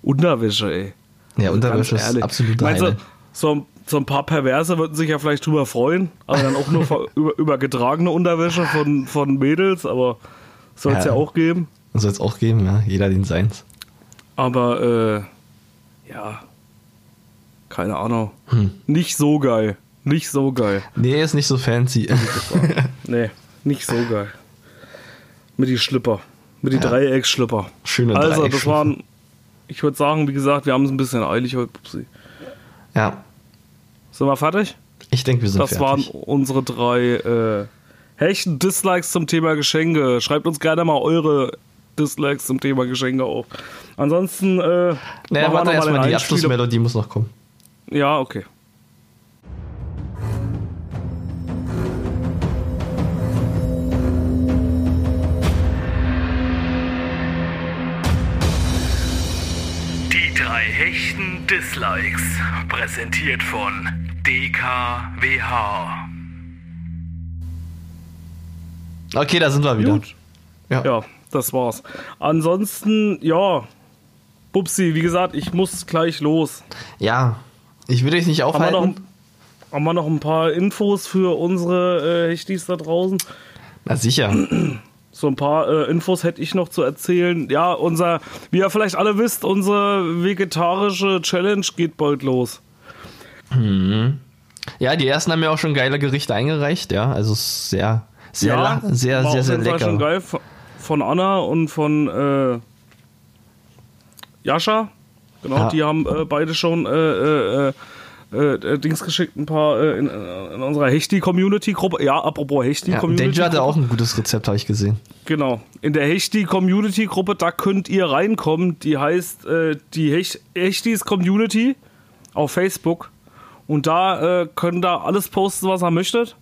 Unterwäsche, ey.
Ja,
Also
Unterwäsche
Ganz
ist
ehrlich.
absoluter
Meinst du,
Highlight.
so, ein- so ein paar Perverse würden sich ja vielleicht drüber freuen, aber dann auch nur ver- über, über getragene Unterwäsche von, von Mädels, aber soll es ja.
Ja.
auch geben.
Soll es auch geben, ja. Jeder den seins.
Aber äh, ja, keine Ahnung. Nicht so geil. Nicht so geil.
Nee, ist nicht so fancy.
Nee, nicht so geil. Mit die Schlipper. Mit die Dreieckschlipper.
Schöne
Also, das
Dreieckschlipper.
waren, ich würde sagen, wie gesagt, wir haben es ein bisschen eilig heute. Pupsi.
ja,
Sind wir fertig?
ich denke, wir sind
Das
fertig.
waren unsere drei äh, Hechten Dislikes zum Thema Geschenke. Schreibt uns gerne mal eure Dislikes zum Thema Geschenke auf. Ansonsten äh,
Naja,
machen wir noch
warte
mal den
erstmal, die
Einspieler-
Abschlussmelodie muss noch kommen.
Ja, okay.
Die drei Hechten Dislikes, präsentiert von DKWH.
Okay, da sind wir wieder.
Gut. Ja, das war's. Ansonsten, ja. Bubsi, wie gesagt, ich muss gleich los.
Ja, ich will dich nicht
Haben wir noch
aufhalten.
ein, Haben wir noch ein paar Infos für unsere äh, Hechtis da draußen?
Na sicher.
So ein paar äh, Infos hätte ich noch zu erzählen. Ja, unser, wie ihr vielleicht alle wisst, unsere vegetarische Challenge geht bald los.
Ja, die ersten haben ja auch schon geile Gerichte eingereicht, ja. Also es ist sehr, sehr, la- sehr,
war
sehr,
auf
sehr
jeden Fall
lecker.
schon geil Von- von Anna und von äh, Jascha. Genau,
Ja.
die haben äh, beide schon äh, äh, äh, äh, Dings geschickt, ein paar äh, in, äh, in unserer Hechti-Community-Gruppe. Ja, apropos
Ja,
Hechti-Community.
Danger hatte auch ein gutes Rezept, habe ich gesehen.
Genau. In der Hechti-Community-Gruppe, da könnt ihr reinkommen. Die heißt äh, die Hech Hechtis Community auf Facebook. Und da äh, können da alles posten, was ihr möchtet.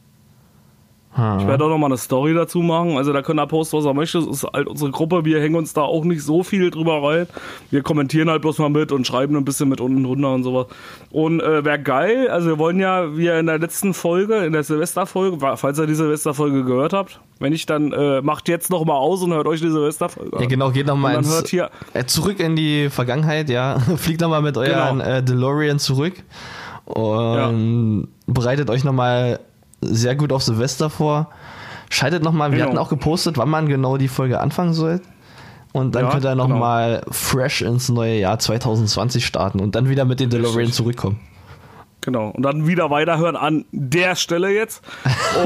Ich werde auch nochmal eine Story dazu machen. Also da können da posten, was ihr möchtet. Das ist halt unsere Gruppe. Wir hängen uns da auch nicht so viel drüber rein. Wir kommentieren halt bloß mal mit und schreiben ein bisschen mit unten drunter und sowas. Und äh, wäre geil. Also wir wollen ja, wie ihr in der letzten Folge, in der Silvesterfolge, wa- falls ihr die Silvesterfolge gehört habt, wenn nicht, dann äh, macht jetzt nochmal aus und hört euch die Silvesterfolge an.
Ja, genau, geht nochmal
Und man hört hier-
äh, zurück in die Vergangenheit, ja. Fliegt nochmal mit euren
Genau.
äh, DeLorean zurück und bereitet euch nochmal sehr gut auf Silvester vor. Schaltet nochmal, wir
Genau.
hatten auch gepostet, wann man genau die Folge anfangen soll. Und dann
Ja,
könnt ihr
genau.
nochmal fresh ins neue Jahr 2020 starten und dann wieder mit dem DeLorean zurückkommen.
Genau. Und dann wieder weiterhören an der Stelle jetzt.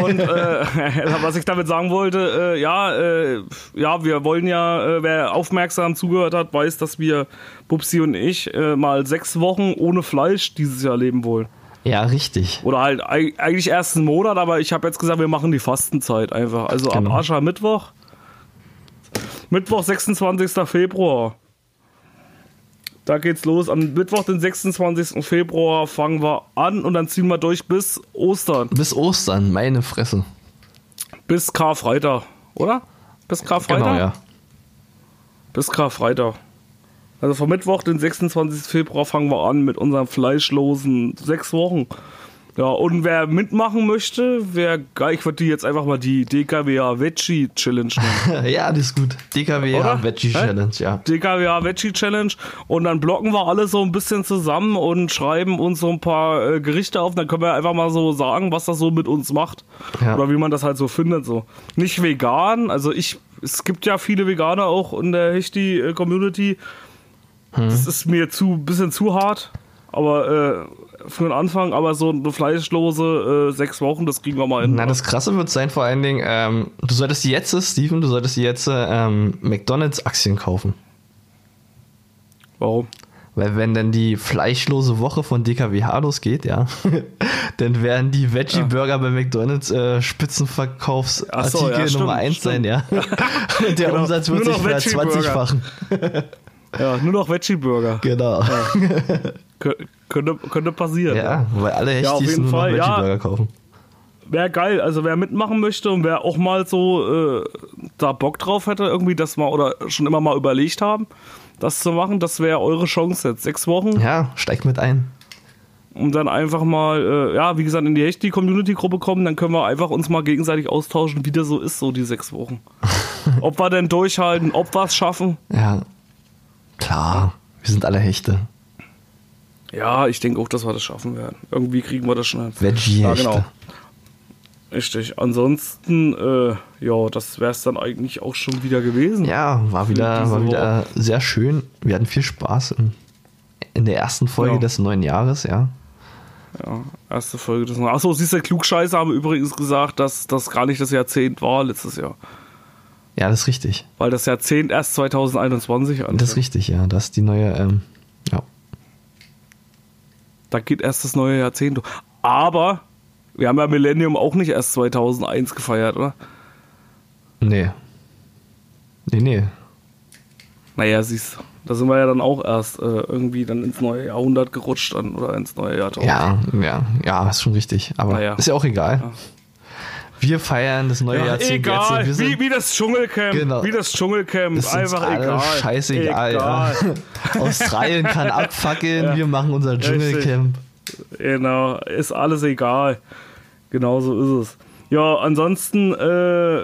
Und äh, was ich damit sagen wollte, äh, ja, äh, ja, wir wollen ja, äh, wer aufmerksam zugehört hat, weiß, dass wir, Bubsi und ich, äh, mal sechs Wochen ohne Fleisch dieses Jahr leben wollen.
Ja, richtig.
Oder halt eig- eigentlich erst einen Monat, aber ich habe jetzt gesagt, wir machen die Fastenzeit einfach. Also
Genau.
ab Aschermittwoch. Mittwoch, 26. Februar. Da geht's los. Am Mittwoch, den 26. Februar, fangen wir an und dann ziehen wir durch bis Ostern.
Bis Ostern, meine Fresse.
Bis Karfreitag, oder? Bis Karfreitag?
Genau, ja.
Bis Karfreitag. Also vom Mittwoch, den 26. Februar, fangen wir an mit unserem fleischlosen sechs Wochen. Ja, und wer mitmachen möchte, wer geil, ich würde die jetzt einfach mal die DKWA Veggie Challenge nennen.
Ja, das ist gut. DKW
Oder?
Veggie
Hä?
Challenge, ja.
DKWA Veggie Challenge. Und dann blocken wir alle so ein bisschen zusammen und schreiben uns so ein paar äh, Gerichte auf. Dann können wir einfach mal so sagen, was das so mit uns macht.
Ja.
Oder wie man das halt so findet. So. Nicht vegan, also ich, es gibt ja viele Veganer auch in der Hechti äh, Community.
Hm.
Das ist mir zu ein bisschen zu hart, aber äh, für den Anfang, aber so eine fleischlose äh, sechs Wochen, das kriegen wir mal hin.
Na, das Krasse wird sein, vor allen Dingen, ähm, du solltest jetzt, Steven, du solltest jetzt ähm, McDonalds-Aktien kaufen.
Warum?
Weil wenn dann die fleischlose Woche von DKWH losgeht, ja, dann werden die Veggie-Burger bei McDonalds äh,
Ach so, ja,
Spitzenverkaufsartikel
stimmt,
Nummer 1 sein,
stimmt.
ja. Und der
Genau.
Umsatz wird
Nur
sich
noch
ver-20-fachen.
Ja, nur noch Veggie Burger.
Genau.
Kö- Könnte, könnte passieren.
Ja, weil alle
Ja, auf
Hechtis
jeden
nur noch
Fall, ja.
Veggie-Burger kaufen.
Wäre geil, also wer mitmachen möchte und wer auch mal so äh, da Bock drauf hätte, irgendwie das mal oder schon immer mal überlegt haben, das zu machen, das wäre eure Chance jetzt. Sechs Wochen
Ja, steigt mit ein.
und dann einfach mal, äh, ja, wie gesagt, in die echte Community-Gruppe kommen, dann können wir einfach uns mal gegenseitig austauschen, wie das so ist, so die sechs Wochen. ob wir denn durchhalten, ob wir es schaffen.
Ja. Klar, wir sind alle Hechte.
Ja, ich denke auch, dass wir das schaffen werden. Irgendwie kriegen wir das schon hin.
Veggie-Hechte.
Ja, genau. Richtig. Ansonsten, äh, ja, das wäre es dann eigentlich auch schon wieder gewesen.
Ja, war wieder,
diese
war wieder sehr schön. Wir hatten viel Spaß in, in der ersten Folge
Ja.
des neuen Jahres, ja.
Ja, erste Folge des Achso, siehst du, Klugscheiße haben übrigens gesagt, dass das gar nicht das Jahrzehnt war letztes Jahr.
Ja, das ist richtig.
Weil das Jahrzehnt erst 2021
Das ist
anfängt.
richtig, ja. Das ist die neue, ähm, ja.
Da geht erst das neue Jahrzehnt. durch. Aber wir haben ja Millennium auch nicht erst 2001 gefeiert, oder?
Nee. Nee, nee.
Naja, siehst du, da sind wir ja dann auch erst äh, irgendwie dann ins neue Jahrhundert gerutscht dann, oder ins neue Jahrtausend.
Ja, ja, ja, ist schon richtig. Aber
Naja.
ist ja auch egal. Wir feiern das neue
Ja,
Jahrzehnt
egal,
jetzt. Wir
wie,
sind,
wie das Dschungelcamp,
Genau.
wie das Dschungelcamp,
das ist uns
einfach
alle
egal.
scheißegal, ja. Australien kann abfackeln, wir machen unser Dschungelcamp.
Genau, ist alles egal. Genau so ist es. Ja, ansonsten, äh,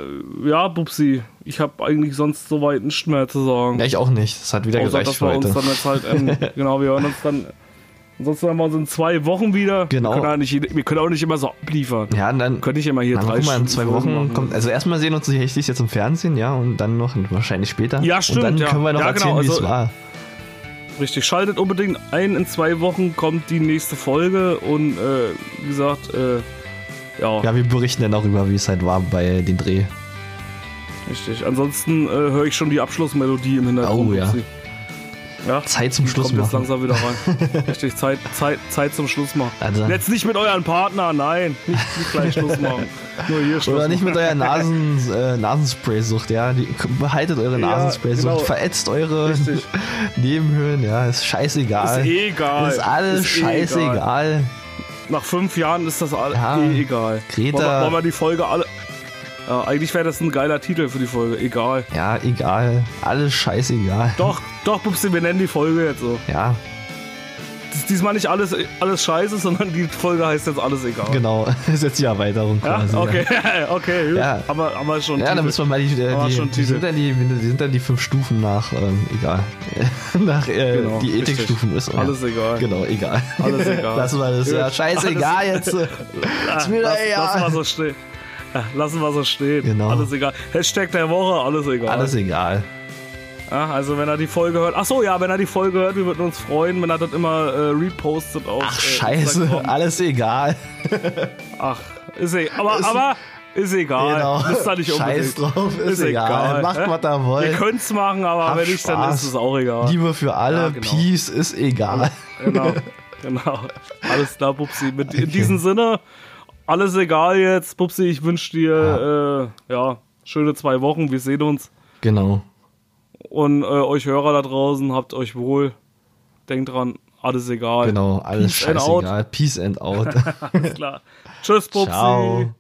ja, Bubsi, ich habe eigentlich sonst soweit nichts mehr zu sagen.
Ja, ich auch nicht. Das hat wieder
Außer,
gereicht
dass
für
wir uns
heute.
dann jetzt halt, ähm, genau, wir hören uns dann Ansonsten haben wir uns in zwei Wochen wieder.
Genau.
Wir können, auch nicht, jede- wir können auch nicht immer so abliefern.
Ja, und dann.
Können nicht immer hier
Na,
drei
guck mal, in
Stunden
zwei
Folgen
Wochen
machen.
kommt. Also erstmal sehen uns die Hechtis jetzt im Fernsehen, ja, und dann noch wahrscheinlich später.
Ja,
Und
stimmt,
dann
ja.
können wir noch
Ja, genau,
erzählen, wie es
also-
war.
Richtig, schaltet unbedingt ein. In zwei Wochen kommt die nächste Folge und äh, wie gesagt, äh, ja,
Ja, wir berichten dann darüber, wie es halt war bei den Dreh.
richtig. Ansonsten äh, höre ich schon die Abschlussmelodie im Hintergrund.
Oh, ja.
Upsi. ja.
Zeit zum
Die
Schluss
kommt jetzt
machen.
langsam wieder rein. richtig, Zeit, Zeit, Zeit zum Schluss machen.
Also-
Jetzt nicht mit euren Partnern, nein. Nicht, nicht gleich Schluss machen. Nur hier Schluss
Oder nicht
machen.
mit eurer Nasen, äh, Nasenspray-Sucht, ja. Die, behaltet eure Nasenspray-Sucht,
genau.
verätzt eure
Richtig.
Nebenhöhlen, ja. Ist scheißegal.
Ist eh egal.
Ist alles
Ist eh
scheißegal.
Nach fünf Jahren ist das all-
Ja.
eh egal.
Greta.
Wollen wir, wollen wir die Folge alle. Ja, eigentlich wäre das ein geiler Titel für die Folge. Egal.
Ja, egal. Alles scheißegal.
Doch, doch, Bubsi, wir nennen die Folge jetzt so.
Ja,
Das ist diesmal nicht alles, alles scheiße, sondern die Folge heißt jetzt alles egal.
genau. ist jetzt die Erweiterung
Ja,
quasi.
okay, okay, gut.
Ja.
Aber, aber schon.
Ja, dann
Titel.
müssen wir mal die,
Aber
die,
Oh, schon
die,
Titel.
sind dann die, die sind dann die fünf Stufen nach, ähm, egal, nach äh,
Genau,
die
richtig.
Ethikstufen ist. oder?
Alles egal.
Genau, egal.
Alles egal.
Lassen wir das, ja,
Gut.
scheißegal jetzt. ist mir
Lass,
doch egal.
lassen wir so stehen. Ja, Lassen wir so stehen.
Genau.
Alles egal. Hashtag der Woche, alles egal.
Alles e- egal.
Ja, also wenn er die Folge hört. Ach so, ja, wenn er die Folge hört, wir würden uns freuen, wenn er das immer äh, repostet auf
Ach,
äh,
scheiße,
Instagram.
alles egal.
Ach, ist egal. Aber, aber ist egal.
Genau.
Müsst ihr nicht unbedingt.
Scheiß drauf, ist, egal. Macht,
Hä?
was ihr wollt.
Ihr könnt's machen, aber
Habt
wenn nicht, dann
Spaß.
ist es auch egal.
Liebe für alle,
Ja, genau.
Peace ist egal.
Genau, genau. Alles klar, Pupsi. Mit, In diesem Sinne, alles egal jetzt. Pupsi, ich wünsche dir ja. Äh, ja, schöne zwei Wochen. Wir sehen uns.
Genau.
Und äh, euch Hörer da draußen, habt euch wohl. Denkt dran, alles egal.
Genau, alles
Peace and out.
scheißegal. Peace and out.
Alles klar. Tschüss, Pupsi.
Ciao.